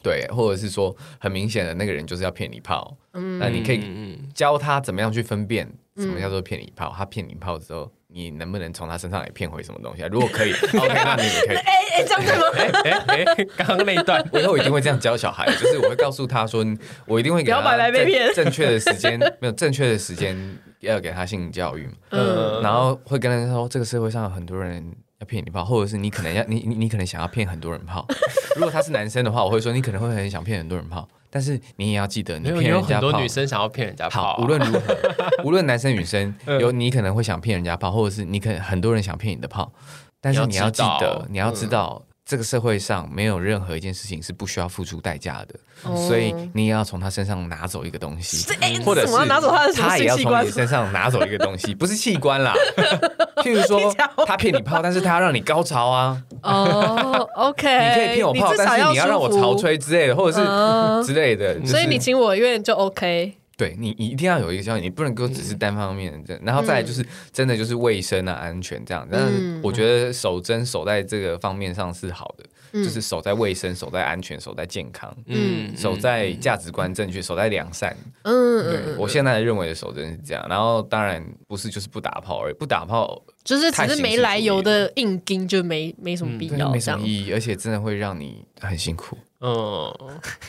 S3: 对，或者是说很明显的那个人就是要骗你泡，那你可以
S1: 嗯嗯
S3: 教他怎么样去分辨
S2: 嗯
S3: 什么叫做骗你泡，他骗你泡之后。你能不能从他身上也骗回什么东西啊？如果
S2: *laughs*
S3: 可以，OK，那你也可以。
S2: 哎，这样对
S3: *laughs*
S2: 吗？
S1: 哎哎哎，刚刚那一段
S3: 我以后一定会这样教小孩，就是我会告诉他说，我一定会给
S2: 不要
S3: 他
S2: 白白被
S3: 正
S2: 骗
S3: 正确的时间，没有正确的时间要给他性教育嘛。
S1: 嗯
S3: 然后会跟他说，这个社会上有很多人要骗你泡，或者是你可能要 *laughs* 你你你可能想要骗很多
S1: *laughs*
S3: 人泡。如果他是男生的话，我会说你可能会很想骗很多人泡，但是你也要记得，你
S1: 没有
S3: 骗
S1: 也有
S3: 人
S1: 很
S3: 家泡
S1: 多。女生想要骗人家泡
S3: 好
S1: 啊，，
S3: 无论如何，
S2: *laughs*
S3: 无论男生女生，
S1: 嗯
S3: 有你可能会想骗人家泡，或者是你可能很多人想骗你的泡，但是
S1: 你
S3: 你
S1: 要
S3: 要
S1: 知
S3: 记
S1: 道
S3: 得，你要知
S1: 嗯
S3: 道。这个社会上没有任何一件事情是不需要付出代价的，所以你也要从他身上拿走一个东西。
S2: 哦哎，
S3: 或者
S2: 怎么要
S3: 是
S2: 拿走他的什么
S3: 他
S2: 性
S3: 也要
S2: 器
S3: 从
S2: 官
S3: 你？身上拿走一个东西，不是器
S2: *laughs*
S3: 官啦。譬如说，他骗你泡，但是他要让你高潮啊，
S2: 哦，OK，
S3: 你可以骗我泡，
S2: 至少
S3: 但是你要让我
S2: 舒服
S3: 潮。吹之类的，或者
S2: 嗯
S3: 是之类的。就是
S2: 所以你情我愿就 OK，
S3: 对你一定要有一个教育，你不能够只是单方面的。然后再来就是真的就是卫生啊、安全这样。但是我觉得守贞守在这个方面上是好的，就是守在卫生、守在安全、守在健康。
S1: 嗯
S3: 守在价值观正确，守在良善。
S2: 嗯
S3: 对我现在认为的守贞是这样。然后当然不是就是不打炮而已，不打炮
S2: 就是只是没来由的硬盯，就没嗯没什么必
S3: 真
S2: 要
S3: 的没
S2: 这
S3: 什
S2: 样
S3: 么。意义，而且真的会让你很辛苦。
S1: 嗯，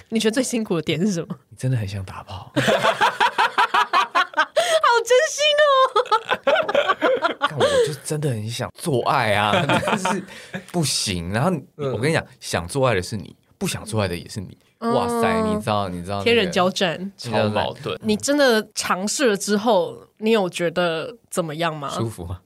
S2: 你觉得最辛苦的点是什 *laughs* 么？
S3: 你真的很想打炮，
S2: 好真心哦，
S3: 但我就真的很想做爱 *laughs* 啊，但是不行。然后你我跟你讲，想做爱的是你，不想做爱的也是你。哇塞，你知道，你知道那个
S2: 哦天人交战。
S1: 超矛盾。
S2: 你真的尝试了之后，你有觉得怎么样吗？
S3: 舒服啊吗？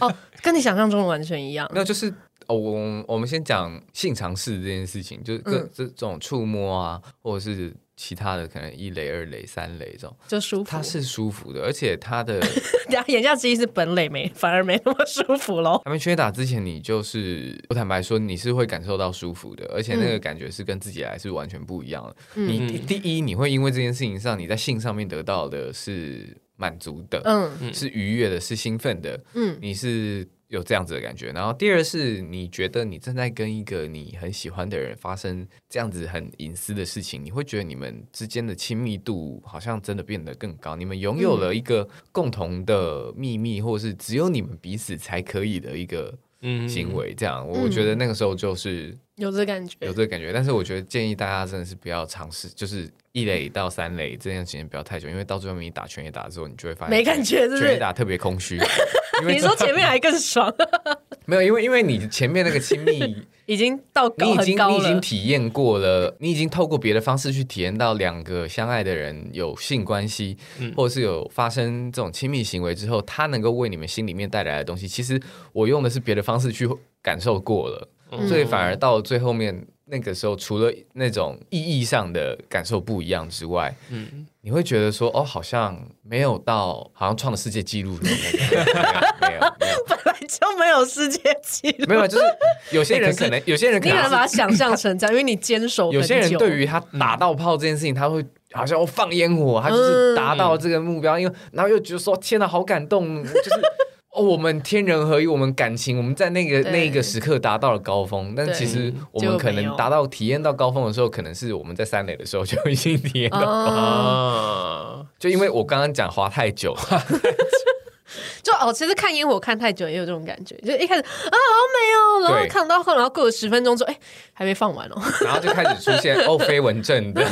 S2: 哦，跟你想象中的完全一样。
S3: 那就是哦，我我们先讲性尝试这件事情，就是各
S2: 嗯
S3: 这种触摸啊，或者是其他的可能一垒、二垒、三垒这种，
S2: 就舒服。*laughs*
S3: 它是舒服的，而且它的
S2: 等一下言下之意是本垒没，反而没那么舒服喽。
S3: 还没缺打之前，你就是我坦白说，你是会感受到舒服的，而且那个感觉是跟自己来是完全不一样的。你第第一，你会因为这件事情上，你在性上面得到的是满足的，
S2: 嗯
S3: 是愉悦的，是兴奋的，
S2: 嗯
S3: 你是有这样子的感觉。然后第二是，你觉得你正在跟一个你很喜欢的人发生这样子很隐私的事情，你会觉得你们之间的亲密度好像真的变得更高，你们拥有了一个共同的秘密，或是只有你们彼此才可以的一个。
S1: 嗯
S3: 行为这样，我我觉得那个时候就是
S2: 有这感觉。
S3: 有这个感觉，但是我觉得建议大家真的是不要尝试，就是一垒到三垒这件事情不要太久，因为到最后面你打拳也打之后，你就会发现
S2: 没感觉是不是
S3: 拳也打特别
S2: *laughs*
S3: 空虚，因为
S2: 你说前面还更 *laughs* 爽，
S3: *laughs* 没有，因为因为你前面那个亲密，你
S2: 已经到高
S3: 已
S2: 很
S3: 经
S2: 高
S3: 你已经
S2: 了。
S3: 体验过了，你已经透过别的方式去体验到两个相爱的人有性关系，或者是有发生这种亲密行为之后，他能够为你们心里面带来的东西，其实我用的是别的方式去感受过了，所以反而到最后面。那个时候，除了那种意义上的感受不一样之外，嗯，你会觉得说，哦，好像没有到，好像创了世界纪录什么的，没有，没有，没有
S2: 本来就没有世界纪录，
S3: 没有，就是有些人可能，有些人可
S2: 你很难
S3: 能
S2: 把它
S3: *laughs* 是，
S2: 想象成这样，因为你坚守很久。嗯
S3: 有些人对于他打到炮这件事情，他会好像要哦放烟火，
S2: 嗯
S3: 他就是达到这个目标，因为然后又觉得说天哪，好感
S2: *laughs*
S3: 动，就是。哦，我们天人合一，我们感情，我们在那个
S2: 对
S3: 那一个时刻达到了高峰，但
S2: 对
S3: 其实我
S2: 就
S3: 们
S2: 没
S3: 可
S2: 有
S3: 能达到体验到高峰的时候，可能是我们在三垒的时候就已经体验
S2: *laughs*
S3: 到，
S1: 啊，
S2: 哦
S3: 就因为我刚刚讲滑太久， *laughs*
S2: 就哦，其实看烟火看太久也有这种感觉，就一开始啊好美哦，然后
S3: 对
S2: 看到后，然后过了十分钟之后，哎还没放完哦，
S3: 然后就开始出现哦飞蚊
S2: *laughs*
S3: 症的，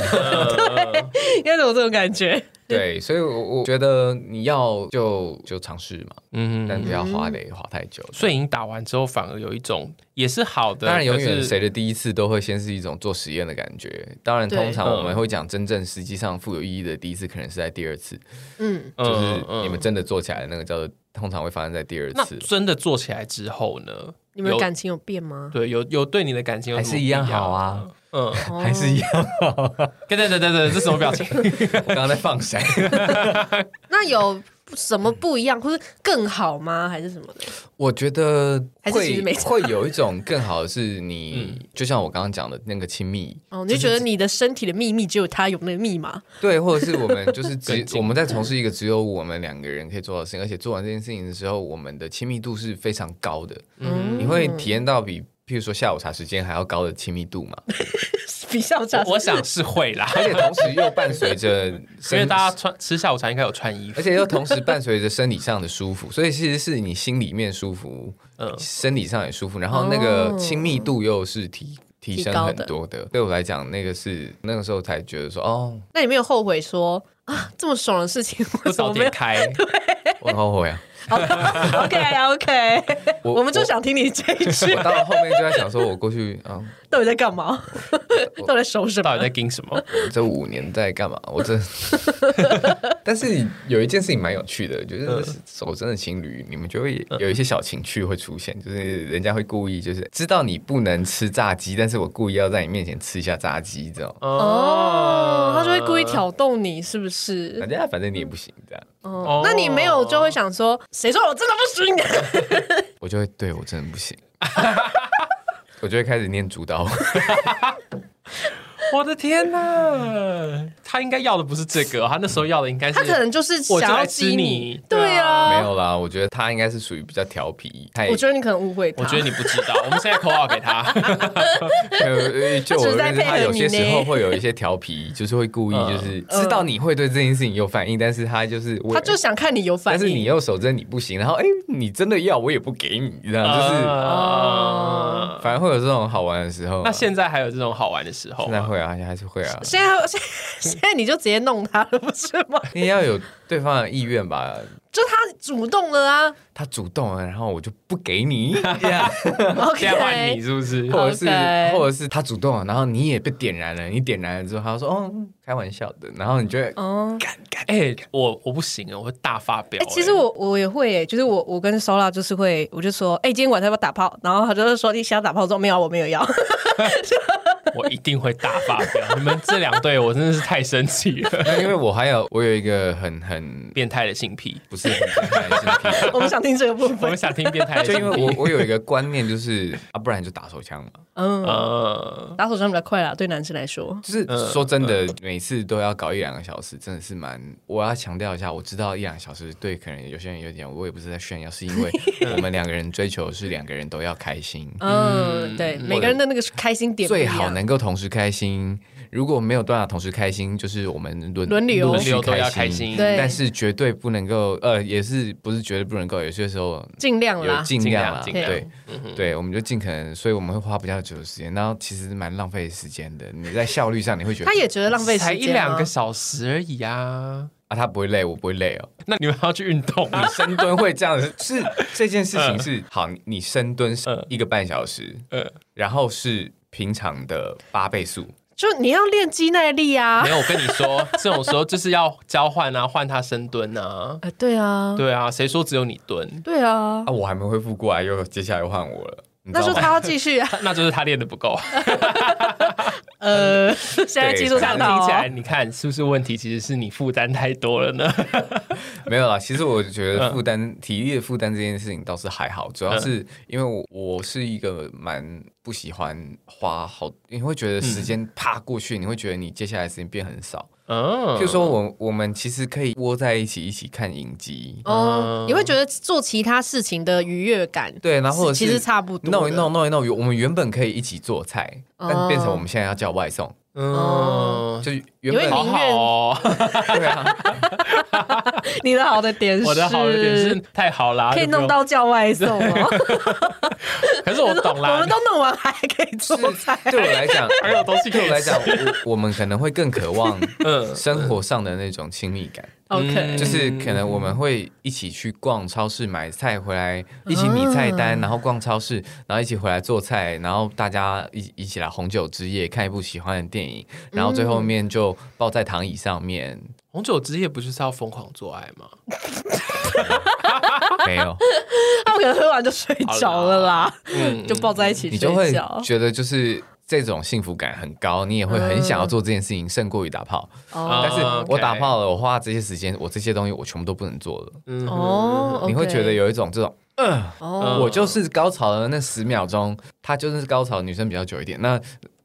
S2: 应该有这种感觉。
S3: 对，所以我我觉得你要就就尝试嘛，
S1: 嗯，
S3: 但不要花得花太久。
S1: 所以你打完之后反而有一种也是好的，
S3: 当然，永
S1: 可
S3: 远
S1: 是
S3: 谁的第一次都会先是一种做实验的感觉。当然，
S2: 对
S3: 通常
S1: 嗯
S3: 我们会讲真正实际上富有意义的第一次，可能是在第二次，
S2: 嗯，
S3: 就是你们真的做起来的那个叫做，通常会发生在第二
S1: 那
S3: 次。
S1: 真的做起来之后呢？
S2: 你们
S1: 有
S2: 感情有变吗？
S1: 对有有对你的感情有
S3: 还
S1: 什么
S3: 是一样
S1: 不
S3: 好啊，
S1: 一样？
S2: 哦
S1: 嗯，
S3: 还是一 *laughs* 样，
S2: *laughs*
S1: 对对对对对，这什么表情？
S3: *laughs* 我刚刚在放闪。
S2: 那有什么不一样，或是更好吗？还是什么的？
S3: 我觉得
S2: 还是其实
S3: 会
S2: 没差
S3: 会有一种更好的是你，就像我刚刚讲的那个亲密，
S2: 哦，你就觉得你的身体的秘密只有他有那个密码，
S3: *laughs* 对，或者是我们就是只
S1: 更近
S3: 我们在从事一个只有我们两个人可以做到的事情，而且做完这件事情的时候，我们的亲密度是非常高的，
S2: 嗯
S3: 你会体验到比譬如说下午茶时间还要高的亲密度嘛，
S2: 比较差。
S1: 我我想是会啦，
S3: 而且同时又伴随着
S1: 因为
S3: 身，
S1: 大家穿吃下午茶应该有穿衣服
S3: 而，且又同时伴随着身体上的舒服，所以其实是你心里面舒服，
S1: 嗯
S3: 身体上也舒服，然后那个
S2: 哦
S3: 亲密度又是提提升很多的。对我来讲，那个是那个时候才觉得说，哦，
S2: 那你没有后悔说啊，这么爽的事情，
S1: 不
S2: 我怎
S1: 早
S2: 么没
S1: 点
S2: 有 *laughs*
S1: 开，
S3: 我很后悔啊。
S2: ？OK OK，
S3: 我
S2: 我们就想听你这一句，
S3: 我到后面就在想，说我过去啊、
S2: 到底在
S1: *laughs*
S2: 干嘛？到底在守什么
S1: 到底？在盯什
S2: *laughs*
S1: 么？
S3: 我这五年在干嘛？我这，但是有一件事情蛮有趣的，就是手真的情侣，你们就会有一些小情趣会出现，就是人家会故意就是知道你不能吃炸鸡，但是我故意要在你面前吃一下炸鸡，这种。
S1: 嗯
S2: 哦，他就会故意挑动你，是不
S3: 反
S2: 是？
S3: 正啊反正你也不行，这样
S1: 哦
S2: 哦，那你没有就会想说，谁说我真的不行？
S1: *laughs*
S3: 我就会对我真的不行，我就会开始念主导。 *laughs*
S1: 我的天哪！他应该要的不是这个哦，他那时候要的应该是
S2: 他可能就是
S1: 我就
S2: 想要
S1: 来吃
S2: 激你
S1: 你，，
S2: 对
S3: 没
S2: 啊。
S3: 有啦，我觉得他应该是属于比较调皮，他也
S2: 我觉得你可能误会他，
S1: 我觉得你不
S2: *laughs*
S1: 知道，我们现在口号给他，
S3: *laughs* 呃，就我认识他有些时候会有一些调皮，就是会故意
S1: 嗯
S3: 就是知道你会对这件事情有反应，但是他就是为
S2: 嗯他就想看你有反
S3: 但
S2: 应。
S3: 是你又守着你不行，然后哎、你真的要我也不给你，这样
S1: 嗯
S3: 就是
S2: 哦
S1: 啊。
S3: 反而会有这种好玩的时候啊。
S1: 那现在还有这种好玩的时候
S3: 现
S1: 吗，
S3: 在会啊，还是会啊，
S2: 现在现在 *laughs* 现在你就直接弄他了，不是
S1: *laughs*
S2: 吗？
S3: 你要有对方的意愿吧。
S2: 就他主动了啊。
S3: 他主动了，然后我就不给你，这样
S1: *laughs* 现在换你 *laughs*
S2: OK，
S1: 是不是？
S3: 或者是
S2: OK
S3: 或者是他主动了，然后你也被点燃了，你点燃了之后，他说哦，嗯开玩笑的，然后你就会
S2: 哦，
S1: 哎，我我不行啊，我会大发表。
S2: 哎、其实我我也会、哎，就是我我跟 Sola 就是会，我就说，哎、今天晚上要不要打炮？然后他就是说，你想要打炮？我说没有，啊我没有要。 *laughs*
S1: 哎我一定会大发表。你们这两对，我真的是太生气了。
S3: 那因为我还有我有一个很很
S1: 变态的性癖，
S3: 不是很简单的性癖好，
S2: 我们想听这个部
S1: *laughs* 我
S2: 分
S1: 们。想听变态的
S3: 就
S1: 性癖。
S3: 因为我我有一个观念就是啊，不然就打手枪嘛。
S2: 嗯，
S1: 呃，
S2: 打手枪比较快啦，对男生来说。
S3: 就是说真
S2: 嗯
S3: 的，每次都要搞一两个小时，真的是蛮。我要强调一下，我知道一两个小时对可能有些人有点，我也不是在炫耀，是因
S2: *laughs*
S3: 为我们两个人追求是两个人都要开心，
S2: 嗯，对，每个人的那个开心点不一
S3: 最
S2: 样
S3: 好能够同时开心。如果没有办法同时开心，就是我们轮
S2: 轮流
S1: 轮
S3: 续
S1: 流都要开心。
S2: 对
S3: 但是绝对不能够，呃，也是不是绝对不能够，有些时候
S2: 尽量
S3: 有
S2: 啦。
S3: 尽
S1: 尽
S3: 量
S1: 量
S3: 啦，
S1: 尽
S2: 量
S3: 对对，我们就尽可能，所以我们会花比较久的时间，然后其实蛮浪费时间的。你在效率上你会觉得
S2: 他也觉得浪费时
S1: 才
S2: 间啊，
S1: 一两个小时而已啊！
S3: 啊，他不会累，我不会累哦。
S1: 那你们还要去运动
S3: 你
S1: 啊？
S3: 深蹲会这样子，是这件事情是好，你深蹲是一个半小时，
S1: *laughs* 呃，
S3: 然后是平常的八倍速。
S2: 就你要练肌耐力啊
S1: 没。有，我跟你
S2: *laughs*
S1: 说，这种时候就是要交换啊，换他深蹲啊。
S2: 啊，对啊，
S1: 对啊，谁说只有你蹲？
S2: 对啊，
S3: 啊，我还没恢复过来，又接下来又换我了。你知
S2: 那
S3: 道
S2: 就
S3: 吗
S2: 他要
S1: *laughs*
S2: 继续啊。
S1: 那就是他练的不
S2: *laughs*
S1: 够。
S2: 呃，现在技术
S1: 这样
S2: 上
S1: 听
S2: 到
S1: 起来，你看是不是问题？其实是你负担太多了 *laughs* 呢。
S3: *laughs* 没有啦，其实我觉
S1: 嗯
S3: 得负担、体力的负担这件事情倒是还好，主要是因为我我是一个蛮不喜欢花好，你会觉得时间啪过去，你会觉得你接下来时间变很少。
S1: 嗯，
S3: 譬如说我我们其实可以窝在一起一起看影集，
S2: 哦，
S1: 嗯
S2: 你会觉得做其他事情的愉悦感，
S3: 对，然后或者
S2: 是其
S3: 是
S2: 实差不多的
S3: 弄一弄弄一弄，我们原本可以一起做菜，但
S2: 哦
S3: 变成我们现在要叫外送，
S1: 嗯，
S3: 就原
S2: 你会
S3: 本
S1: 好
S2: 哦宁
S1: 好
S2: 愿
S1: 哦，
S3: 对啊，
S2: 你的好的点是，
S1: 我的好的点是太好啦，
S2: 可
S1: 就
S2: 以
S1: 不用
S2: 弄。到叫外送哦，
S1: 可是我 *laughs* 懂
S2: 我
S1: 啦
S2: 们，都弄完还可以 *laughs* 做菜。
S3: 对我来讲，
S1: 还有东西可
S3: 对我
S1: 以
S3: 来
S1: 吃
S3: 讲，我我们可能会更渴望
S1: *laughs* 嗯
S3: 生活上的那种亲密感。
S1: 嗯
S2: OK，
S3: 就是可能我们会一起去逛超市买菜回来，一起拟菜单，然后逛超市，然后一起回来做菜，然后大家一一起来红酒之夜看一部喜欢的电影，然后最后面就抱在躺椅上面，
S1: 红酒之夜不就是要疯狂做爱吗？
S3: 没有，
S2: 他们可能喝完就睡着了啦，
S1: 嗯，
S2: 就抱在一起
S3: 你
S2: 睡
S3: 就会
S2: 觉。
S3: 觉得就是这种幸福感很高，你也会很想要做这件事情，胜过于打炮。
S2: 哦
S1: 啊
S3: 但是我
S1: OK
S3: 打炮了，我花这些时间，我这些东西我全部都不能做了，
S1: 嗯，
S2: 哦，
S3: 你会觉得有一啊种这种。
S1: 嗯
S3: 我就是高潮的那十秒钟，他就是高潮，女生比较久一点，那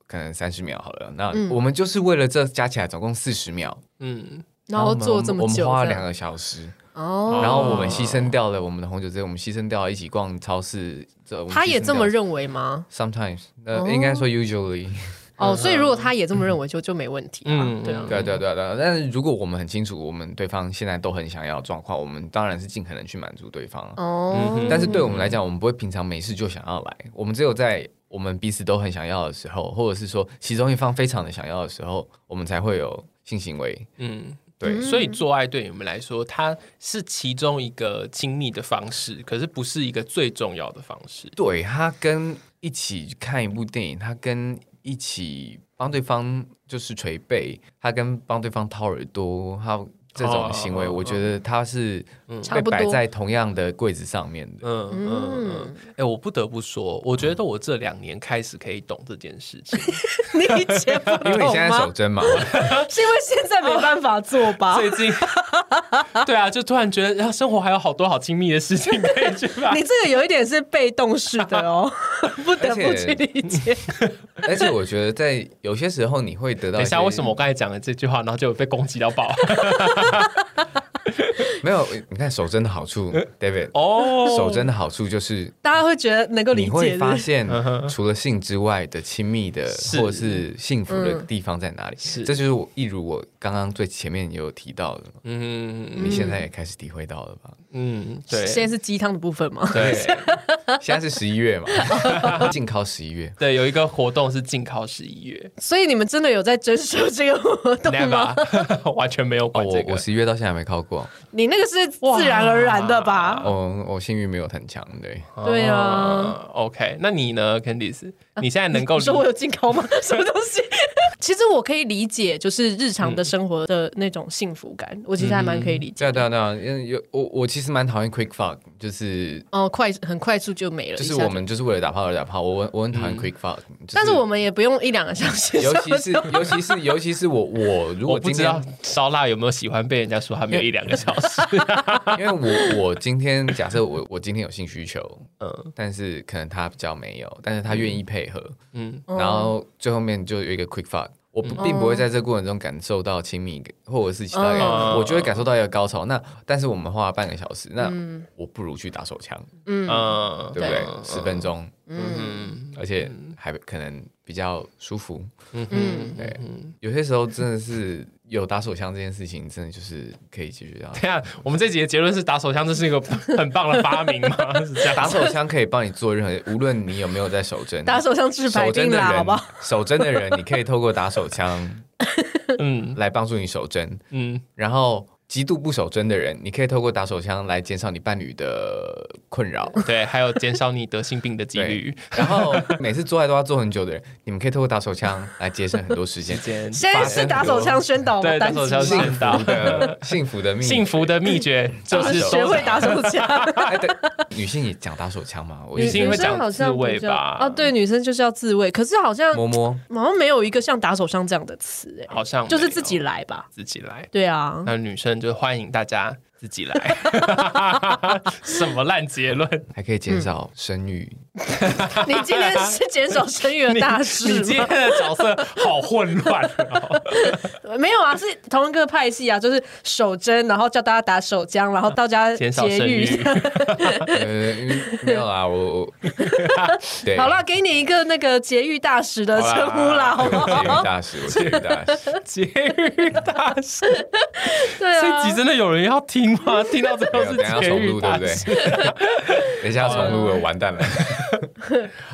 S3: 可能三十秒好了。那我
S2: 嗯
S3: 们就是为了这加起来总共四十秒，
S1: 嗯，
S2: 然后
S3: 我们
S2: 做这么久，
S3: 我们花了
S2: 这
S3: 两
S2: 样
S3: 个小时，
S2: 哦，
S3: 然后我们牺牲掉了我们的红酒之类，我们牺牲掉了一起逛超市。这我们
S2: 他
S3: 牺
S2: 也
S3: 牲
S2: 这么
S3: 掉了
S2: 认为吗？
S3: ，sometimes，
S2: 哦
S3: 呃，应该说 usually，嗯
S2: 哦，所以如果他也这么认为，就就没问题啊
S1: 嗯，
S2: 对啊，
S3: 对啊对啊对啊对啊。但是如果我们很清楚我们对方现在都很想要的状况，我们当然是尽可能去满足对方啊。
S2: *laughs* 哦，
S3: 但是对我
S1: 嗯
S3: 们来讲，我们不会平常没事就想要来，我们只有在我们彼此都很想要的时候，或者是说其中一方非常的想要的时候，我们才会有性行为。
S1: 嗯，
S3: 对，
S1: 所以做爱对你们来说，它是其中一个亲密的方式，可是不是一个最重要的方式。
S3: 对他跟一起看一部电影，他跟一起帮对方就是捶背，他跟帮对方掏耳朵，他这种行为，
S1: 哦
S3: 我觉得他是
S2: 差
S3: 被
S2: 不
S3: 摆
S2: 多，
S3: 在同样的柜子上面的。
S1: 嗯嗯嗯，哎、我不得不说，我觉得我这两年开始可以懂这件事情，
S2: 你以前不
S3: *laughs* 因为你
S1: 哦
S2: 懂
S3: 现在
S2: 吗
S3: 守贞
S1: *laughs*
S3: 嘛，
S2: 是因为现在没办法做
S3: *laughs*
S2: 吧？
S1: 最近，对啊，就突然觉得，啊，生活还有好多好亲密的事情可以去吧。
S2: *laughs* 你这个有一点是被动式的
S3: *laughs*
S2: 哦，不得不去理解。
S3: 而且我觉得在有些时候你会得到
S1: *laughs* 等一下，
S3: 些
S1: 为什么我刚才讲了这句话，然后就有被攻击到爆？
S3: 没有，你看守贞的好
S1: *laughs*
S3: 处，David，
S1: 哦
S3: 守贞的好处就是
S2: 大家会觉得能够理
S3: 你会
S2: 解
S3: 发
S2: 的。
S3: 现，除了性之外的亲密的
S1: 嗯是
S3: 或者是幸福
S2: 嗯
S3: 的地方在哪里？
S1: 是
S3: 这就是我一如我刚刚最前面也有提到的，
S1: 嗯
S3: 你现在也开始体会到了吧？
S1: 嗯，对
S2: 现在是鸡汤的部分吗？ *laughs*
S1: 对
S3: *laughs* 现在是十一
S1: *laughs*
S3: 月嘛，静靠十一月。
S1: 对，有一个活动是禁靠十一月
S2: 所以你们真的有在征收这个活动
S3: 啊
S2: 吗？
S1: ，never，完 *laughs* 全没有
S3: 哦，
S1: 管这
S3: 我
S1: 个
S3: 我。十一月到现在还没靠过，
S2: 你那个是自然而然的
S1: 嗯
S2: 吧？
S3: 哦，我性欲没有很强，对，
S2: 对啊
S1: 哦，OK，那你呢，Candice？你现在能够
S2: 你
S1: 理
S2: 说我有进口 *laughs* 吗？什么东西？其实我可以理解，就是日常的生活的那种幸福感，我其实还蛮可以理解。
S3: 对啊对啊对啊，因为有我我其实蛮讨厌 quick fuck，就是
S2: 哦，快，很快速就没了，
S3: 嗯就是
S2: 一下
S3: 我们就是为了打炮而打炮，我我很讨厌 quick fuck，就
S2: 但是我们也不用一两个小时，
S3: 尤其
S2: *laughs*
S3: 是嗯尤其是尤其是我我如
S1: 我
S3: 果
S1: 不
S3: 今
S1: 知
S3: 天
S1: 道烧腊有没有喜欢被人家说他没有一两个小时。
S3: 因为我我今天假设我我今天有性需求，
S1: *laughs* 嗯
S3: 但是可能他比较没有，但是他愿意配合，
S1: 嗯，
S3: 然后最后面就有一个 quick fuck。我不并不会在这过程中感受到亲密感，或者是其他感，
S1: 嗯
S3: 我就会感受到一个高潮。那但是我们花了半个小时，那我不如去打手枪，
S1: *laughs* 嗯，
S3: 对不对？十分钟，
S1: 嗯
S3: 而且还可能比较舒服。
S1: 嗯嗯，对。
S3: 有些时候真的是有打手枪这件事情，真的就是可以解决到
S1: 等一下，啊我们这集的结论是打手枪这是一个很棒的发明吗？是这样 *laughs*
S3: *laughs* 打手枪可以帮你做任何，无论你有没有在守贞，
S2: 打手枪治百
S3: 守贞
S2: 病
S3: 的
S2: 啦，好
S3: 人
S2: 不好？，
S3: 守贞的人，你可以透过打手枪
S1: 嗯
S3: 来帮助你守贞。
S1: 嗯
S3: 然后，极度不守贞的人，你可以透过打手枪来减少你伴侣的困扰。
S1: 对，还有减少你得性病的几率。
S3: 然后，每次做爱都要做很久的人，你们可以透过打手枪来节省很多时间。
S1: 间
S2: 现在是打手枪宣导
S1: 对
S2: 单
S1: 打
S2: 集
S1: 手枪
S2: 吗
S1: 宣导
S3: 幸福的幸福的秘诀
S1: 幸福的秘诀就是
S3: 打手
S2: 学
S1: 收
S2: 会嗯打手枪。
S3: 哎，对，女性也讲打手枪嘛，我
S1: 女性会
S2: 生
S1: 讲自慰吧
S2: 啊，对，女生就是要自慰，可是好像
S3: 摸摸，
S2: 好像没有一个像打手枪这样的词、哎，
S1: 好像没有
S2: 就是自己来吧。
S1: 自己来。
S2: 对啊，
S1: 那女生就欢迎大家自己来， *laughs* 什么烂结论？
S3: 还可以减少生育。
S2: 你今天是减少生育的大
S1: 你
S2: 师
S1: 今
S2: 吗
S1: 天？的角色好混乱
S2: *laughs*
S1: 哦。
S2: 没有啊，是同一个派系啊，就是手针，然后叫大家打手枪，然后大家
S1: 减少
S2: 节
S1: 生
S2: 育。
S1: 育
S3: 呃，因为没有啦，我我对，
S2: 好啦，给你一个那个节育大使的称呼啦，好
S3: *laughs*
S2: 不
S3: 对，我
S2: 好？
S3: 节育大师，我节育大师。
S1: 节育大师，
S2: *laughs* 对
S1: 这一
S2: 啊
S1: 集，真的有人要听
S2: *laughs*
S1: 吗？听到最
S3: 没
S1: 后
S3: 有
S1: 是
S3: 等一下
S1: 节
S3: 重
S1: 育
S3: 录，对
S1: 大
S3: 不
S1: 师。
S3: 对？ *laughs* 等一下重录了，完蛋了。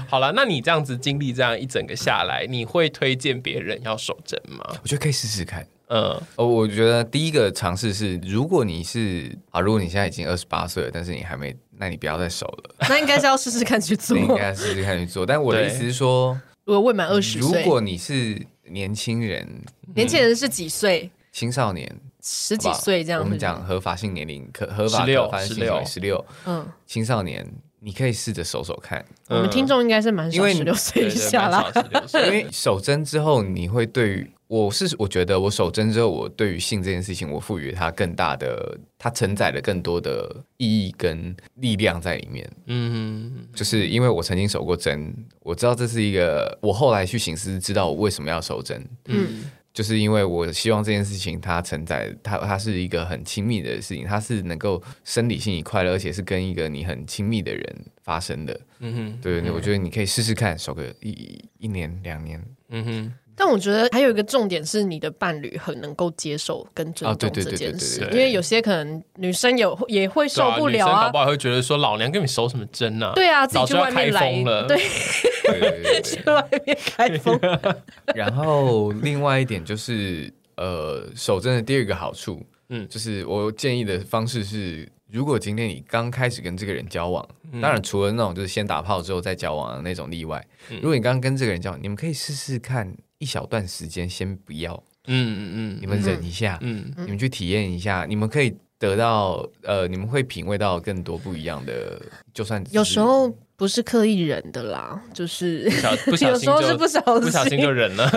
S1: 好了，那你这样子经历这样一整个下来，你会推荐别人要守贞吗？
S3: *laughs* 我觉得可以试试看。
S1: 嗯
S3: 哦，我觉得第一个尝试是，如果你是啊，如果你现在已经二十八岁了，但是你还没，那你不要再守
S2: *laughs*
S3: 了，
S2: 那应该是要试试看去做
S3: 那。 *laughs* 应该试试看去做。但我的
S1: 对
S3: 意思是说，
S2: 如果未满二十
S3: 如
S2: 岁，
S3: 果你是年轻人、
S2: 年轻人是几岁？
S3: 青少年，
S2: 十
S3: 好不
S2: 几
S3: 好
S2: 岁这样。
S3: 我们讲合法性年龄，可合法
S1: 16
S3: 可发生性行为
S1: 16
S3: 十六，
S2: 嗯
S3: 青少年你可以试着守守看，
S2: 我们听众应该是蛮
S3: 因
S2: 少
S3: 为
S2: 十六岁以下啦。
S3: 因为手针之后，你会对于我是我觉得我手针之后，我对于性这件事情，我赋予它更大的，它承载了更多的意义跟力量在里面。
S1: 嗯，
S3: 就是因为我曾经手过针，我知道这是一个，我后来去醒思，知道我为什么要手针。
S2: 嗯，
S3: 就是因为我希望这件事情它承载它它是一个很亲密的事情，它是能够生理性你快乐，而且是跟一个你很亲密的人发生的。
S1: 嗯哼，
S3: 对，我觉得你可以试试看，守个一一年两年
S1: 嗯哼，
S2: 但我觉得还有一个重点是，你的伴侣很能够接受跟尊
S3: 啊对
S2: 重
S3: 对
S2: 这
S3: 对
S2: 件
S3: 对对
S2: 事
S1: 对，对
S2: 因为有些可能女生有也会
S1: 对
S2: 受不了
S1: 女生搞
S2: 啊
S1: 不。好会觉得说老娘跟你守什么针啊？
S2: 对啊，自
S1: 早知
S2: 己去
S1: 道
S2: 外
S1: 开
S2: 面来
S1: 封，了，
S2: 对，
S3: 对对对对。
S2: 去外面开封。
S3: 然后另外一点就是，呃，手针的第二个好处，
S1: 嗯
S3: 嗯，就是我建议的方式是，如果今天你刚开始跟这个人交往，当然除了那种就是先打炮之后再交往的那种例外，如果你刚跟这个人交往，你们可以试试看一小段时间，先不要，
S1: 嗯嗯
S3: 你
S1: 嗯
S3: 们忍一下，
S1: 嗯，
S3: 你们去体验一下，你们可以。得到呃，你们会品味到更多不一样的，就算只是
S2: 有时候不是刻意忍的啦，就是
S1: 不小不小
S2: 有
S1: 心
S2: 时候是
S1: 就
S2: 不小
S1: 不小心就忍了，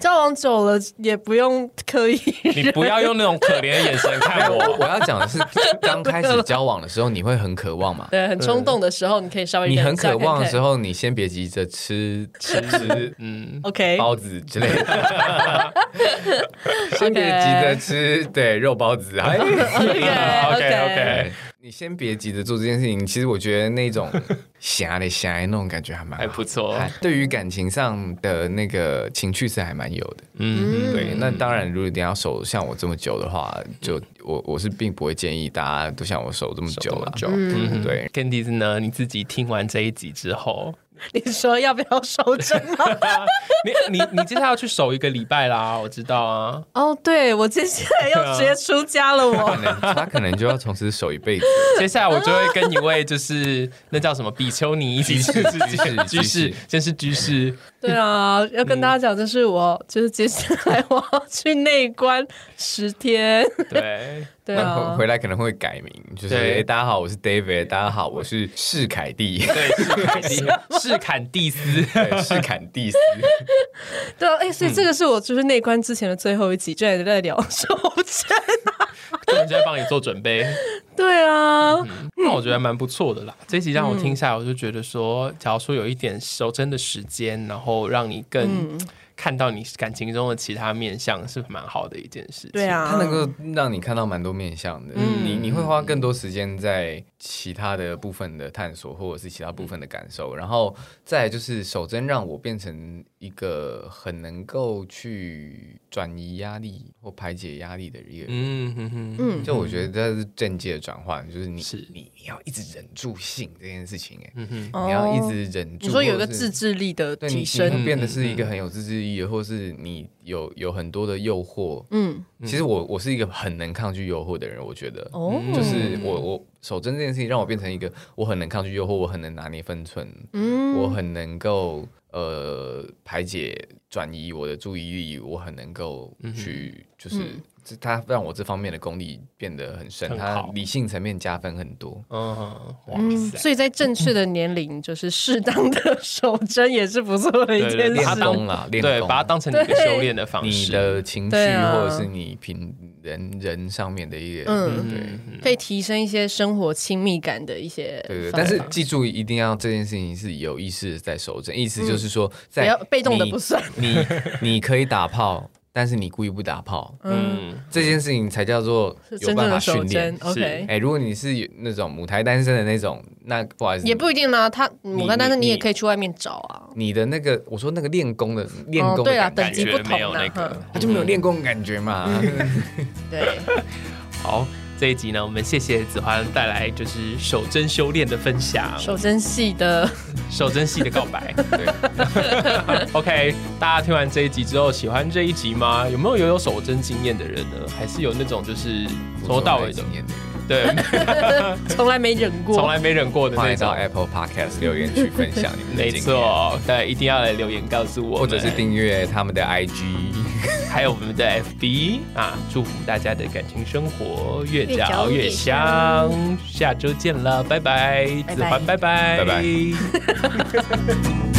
S2: 交往久了也不用刻意。
S1: 你不要用那种可怜的眼神看
S3: 我
S1: 我
S3: 我。要讲的是，刚开始交往的时候，你会很渴望嘛，
S2: 对，很冲动的时候，你可以稍微
S3: 你很渴望的时
S2: 候
S3: 候，你先别急着
S1: *laughs*
S3: 吃吃吃
S1: 嗯，
S2: ，OK，
S3: 包子之类的，
S1: *laughs*
S3: 先别急着吃对肉包子啊。
S1: 哎
S3: *laughs*
S1: OK
S2: OK，OK
S1: OK，
S3: 哎你先别急着做这件事情。其实我觉得那
S1: *laughs*
S3: 种狭的狭的那种感觉还蛮
S1: 还不
S3: 好，
S1: 错，哦
S3: 还对于感情上的那个情趣是还蛮有的。
S1: 嗯，
S3: 对，那当然，如果你要守像我这么久的话，就我我是并不会建议大家都像我守这么久了。
S1: 久
S3: 嗯，对，
S1: Candy 呢？你自己听完这一集之后，
S2: 你说要不要收针吗？
S1: 你你你接下来要去守一个礼拜啦，我知道啊。
S2: 哦，对我接下来要直接出家了，
S3: 可
S2: 我
S1: 嗯
S3: 能他可能就要从此守一辈子。
S1: 接下来我就会跟一位就是那叫什么比丘尼一起去
S3: 居
S1: 居
S3: 士
S1: 士
S3: 居士，
S1: 真是居士，
S2: 对啊，要跟大家讲，就是我就是接下来我要去内观十天，
S1: 对，
S2: 对
S3: 那回
S2: 啊
S3: 回，来可能会改名，就是、哎
S1: 对
S3: 诶大家好，我是 David，大家好，我是士凯
S2: *laughs*
S3: 蒂，
S1: 对，是坎蒂，是坎蒂斯。
S3: 对，士坎蒂斯。
S2: 嗯对啊，哎，所以这个是我就是内观之前的最后一集，居然在聊收 *laughs* 针，
S1: 我们在帮你做准备。
S2: 对啊，
S1: 那我觉得蛮不错的啦。这一集让我
S2: 嗯
S1: 听下来，我就觉得说，假如说有一点守真的时间，然后让你更
S2: 嗯
S1: 看到你感情中的其他面相，是蛮好的一件事情。
S2: 对，啊，
S3: 它能够让你看到蛮多面向的，
S2: 嗯
S3: 你你会花更多时间在其他的部分的探索，或者是其他部分的感受。然后再来就是手真让我变成一个很能够去转移压力或排解压力的一个人。
S1: 嗯哼哼，嗯
S2: 嗯，
S3: 就我觉得这是政界的转换，就是你
S1: 是
S3: 你你要一直忍住性这件事情、欸，
S1: 嗯哼，
S3: 你要一直忍
S2: 哦你
S3: 住。
S2: 说有一个
S3: 或者是
S2: 自制力的
S3: 对你
S2: 提
S3: 你
S2: 升
S3: 会，变得是一
S1: 嗯
S3: 个很有自制力，或是你有有很多的诱惑。
S2: 嗯，
S3: 其实我我是一个很能抗拒诱惑的人，我觉得，
S2: 哦，
S3: 就是我我手针这件事情让我变成一个我很能抗拒诱惑，我很能拿捏分寸，
S2: 嗯
S3: 我很能够呃排解转移我的注意力，我很能够
S1: 嗯
S3: 去、就是。
S2: 嗯
S3: 这它让我这方面的功力变得很深，
S1: 很
S3: 它
S1: 好
S3: 理性层面加分很多。
S1: 嗯，哇
S2: 嗯，
S1: 塞，
S2: 所以在正确的年龄，就是适当的手针也是不错的一
S1: 对对
S2: 件
S1: 把它
S3: 练
S2: 事。
S3: 功啦，练
S1: 对，
S3: 功
S1: 把它当成你一个
S2: 对
S1: 修炼的方
S3: 你
S1: 式。
S3: 的情绪
S2: 对啊
S3: 或者是你平人人上面的一个，
S2: 嗯
S3: 对
S1: 嗯
S2: 可以提升一些生活亲密感的一些
S3: 对对。
S2: 方
S3: 但
S2: 法
S3: 是记住，一定要这件事情是有意识地在守正，意思就是说，
S2: 嗯
S3: 在
S2: 不要被动的
S3: 你
S2: 不算。
S3: 你你可以打炮，但是你故意不打炮，
S1: 嗯，
S3: 这件事情才叫做
S2: 是
S3: 有
S2: 真
S3: 办
S2: 正
S3: 法
S2: 的
S3: 训
S2: 手
S3: 练
S2: 针。，OK，
S3: 哎，如果你是有那种母胎单身的那种，那不好意思，
S2: 也不一定啦。他牡丹，但是你
S3: 你
S2: 也可以去外面找啊。
S3: 你的那个，我说那个练功的练
S2: 哦
S3: 功，
S2: 对
S3: 的
S2: 啦
S3: 感
S2: 等级嗯
S3: 觉，
S2: 不
S1: 感觉
S2: 同啊
S1: 没有
S2: 啦
S1: 那个。
S3: 他就没有练功的感觉嘛。 *laughs*
S2: 对，
S1: 好，这一集呢，我们谢谢子华带来就是手真修炼的分享，
S2: 手针系
S3: *laughs*
S2: 的，
S1: 手真系的告白。OK，大家听完这一集之后，喜欢这一集吗？有没有有有手真经验的人呢？还是有那种就是从头到尾的
S3: 经，验的。
S1: 对，
S2: 从来没忍
S1: 从
S2: 过。
S1: 来没忍过的
S3: 欢
S1: 那
S3: 迎到
S1: 种？
S3: Apple Podcast 留言区分享你们的
S1: 没
S3: 经验，
S1: 错，对，一定要来留言告诉我
S3: 或
S1: 们，
S3: 者是订阅他们的 IG。
S1: 还有我们的 FB 啊，祝福大家的感情生活越
S4: 越
S1: 嚼
S4: 嚼越
S1: 越香。下周见了，拜拜，
S4: 拜
S1: 子涵，拜拜，
S3: 拜拜。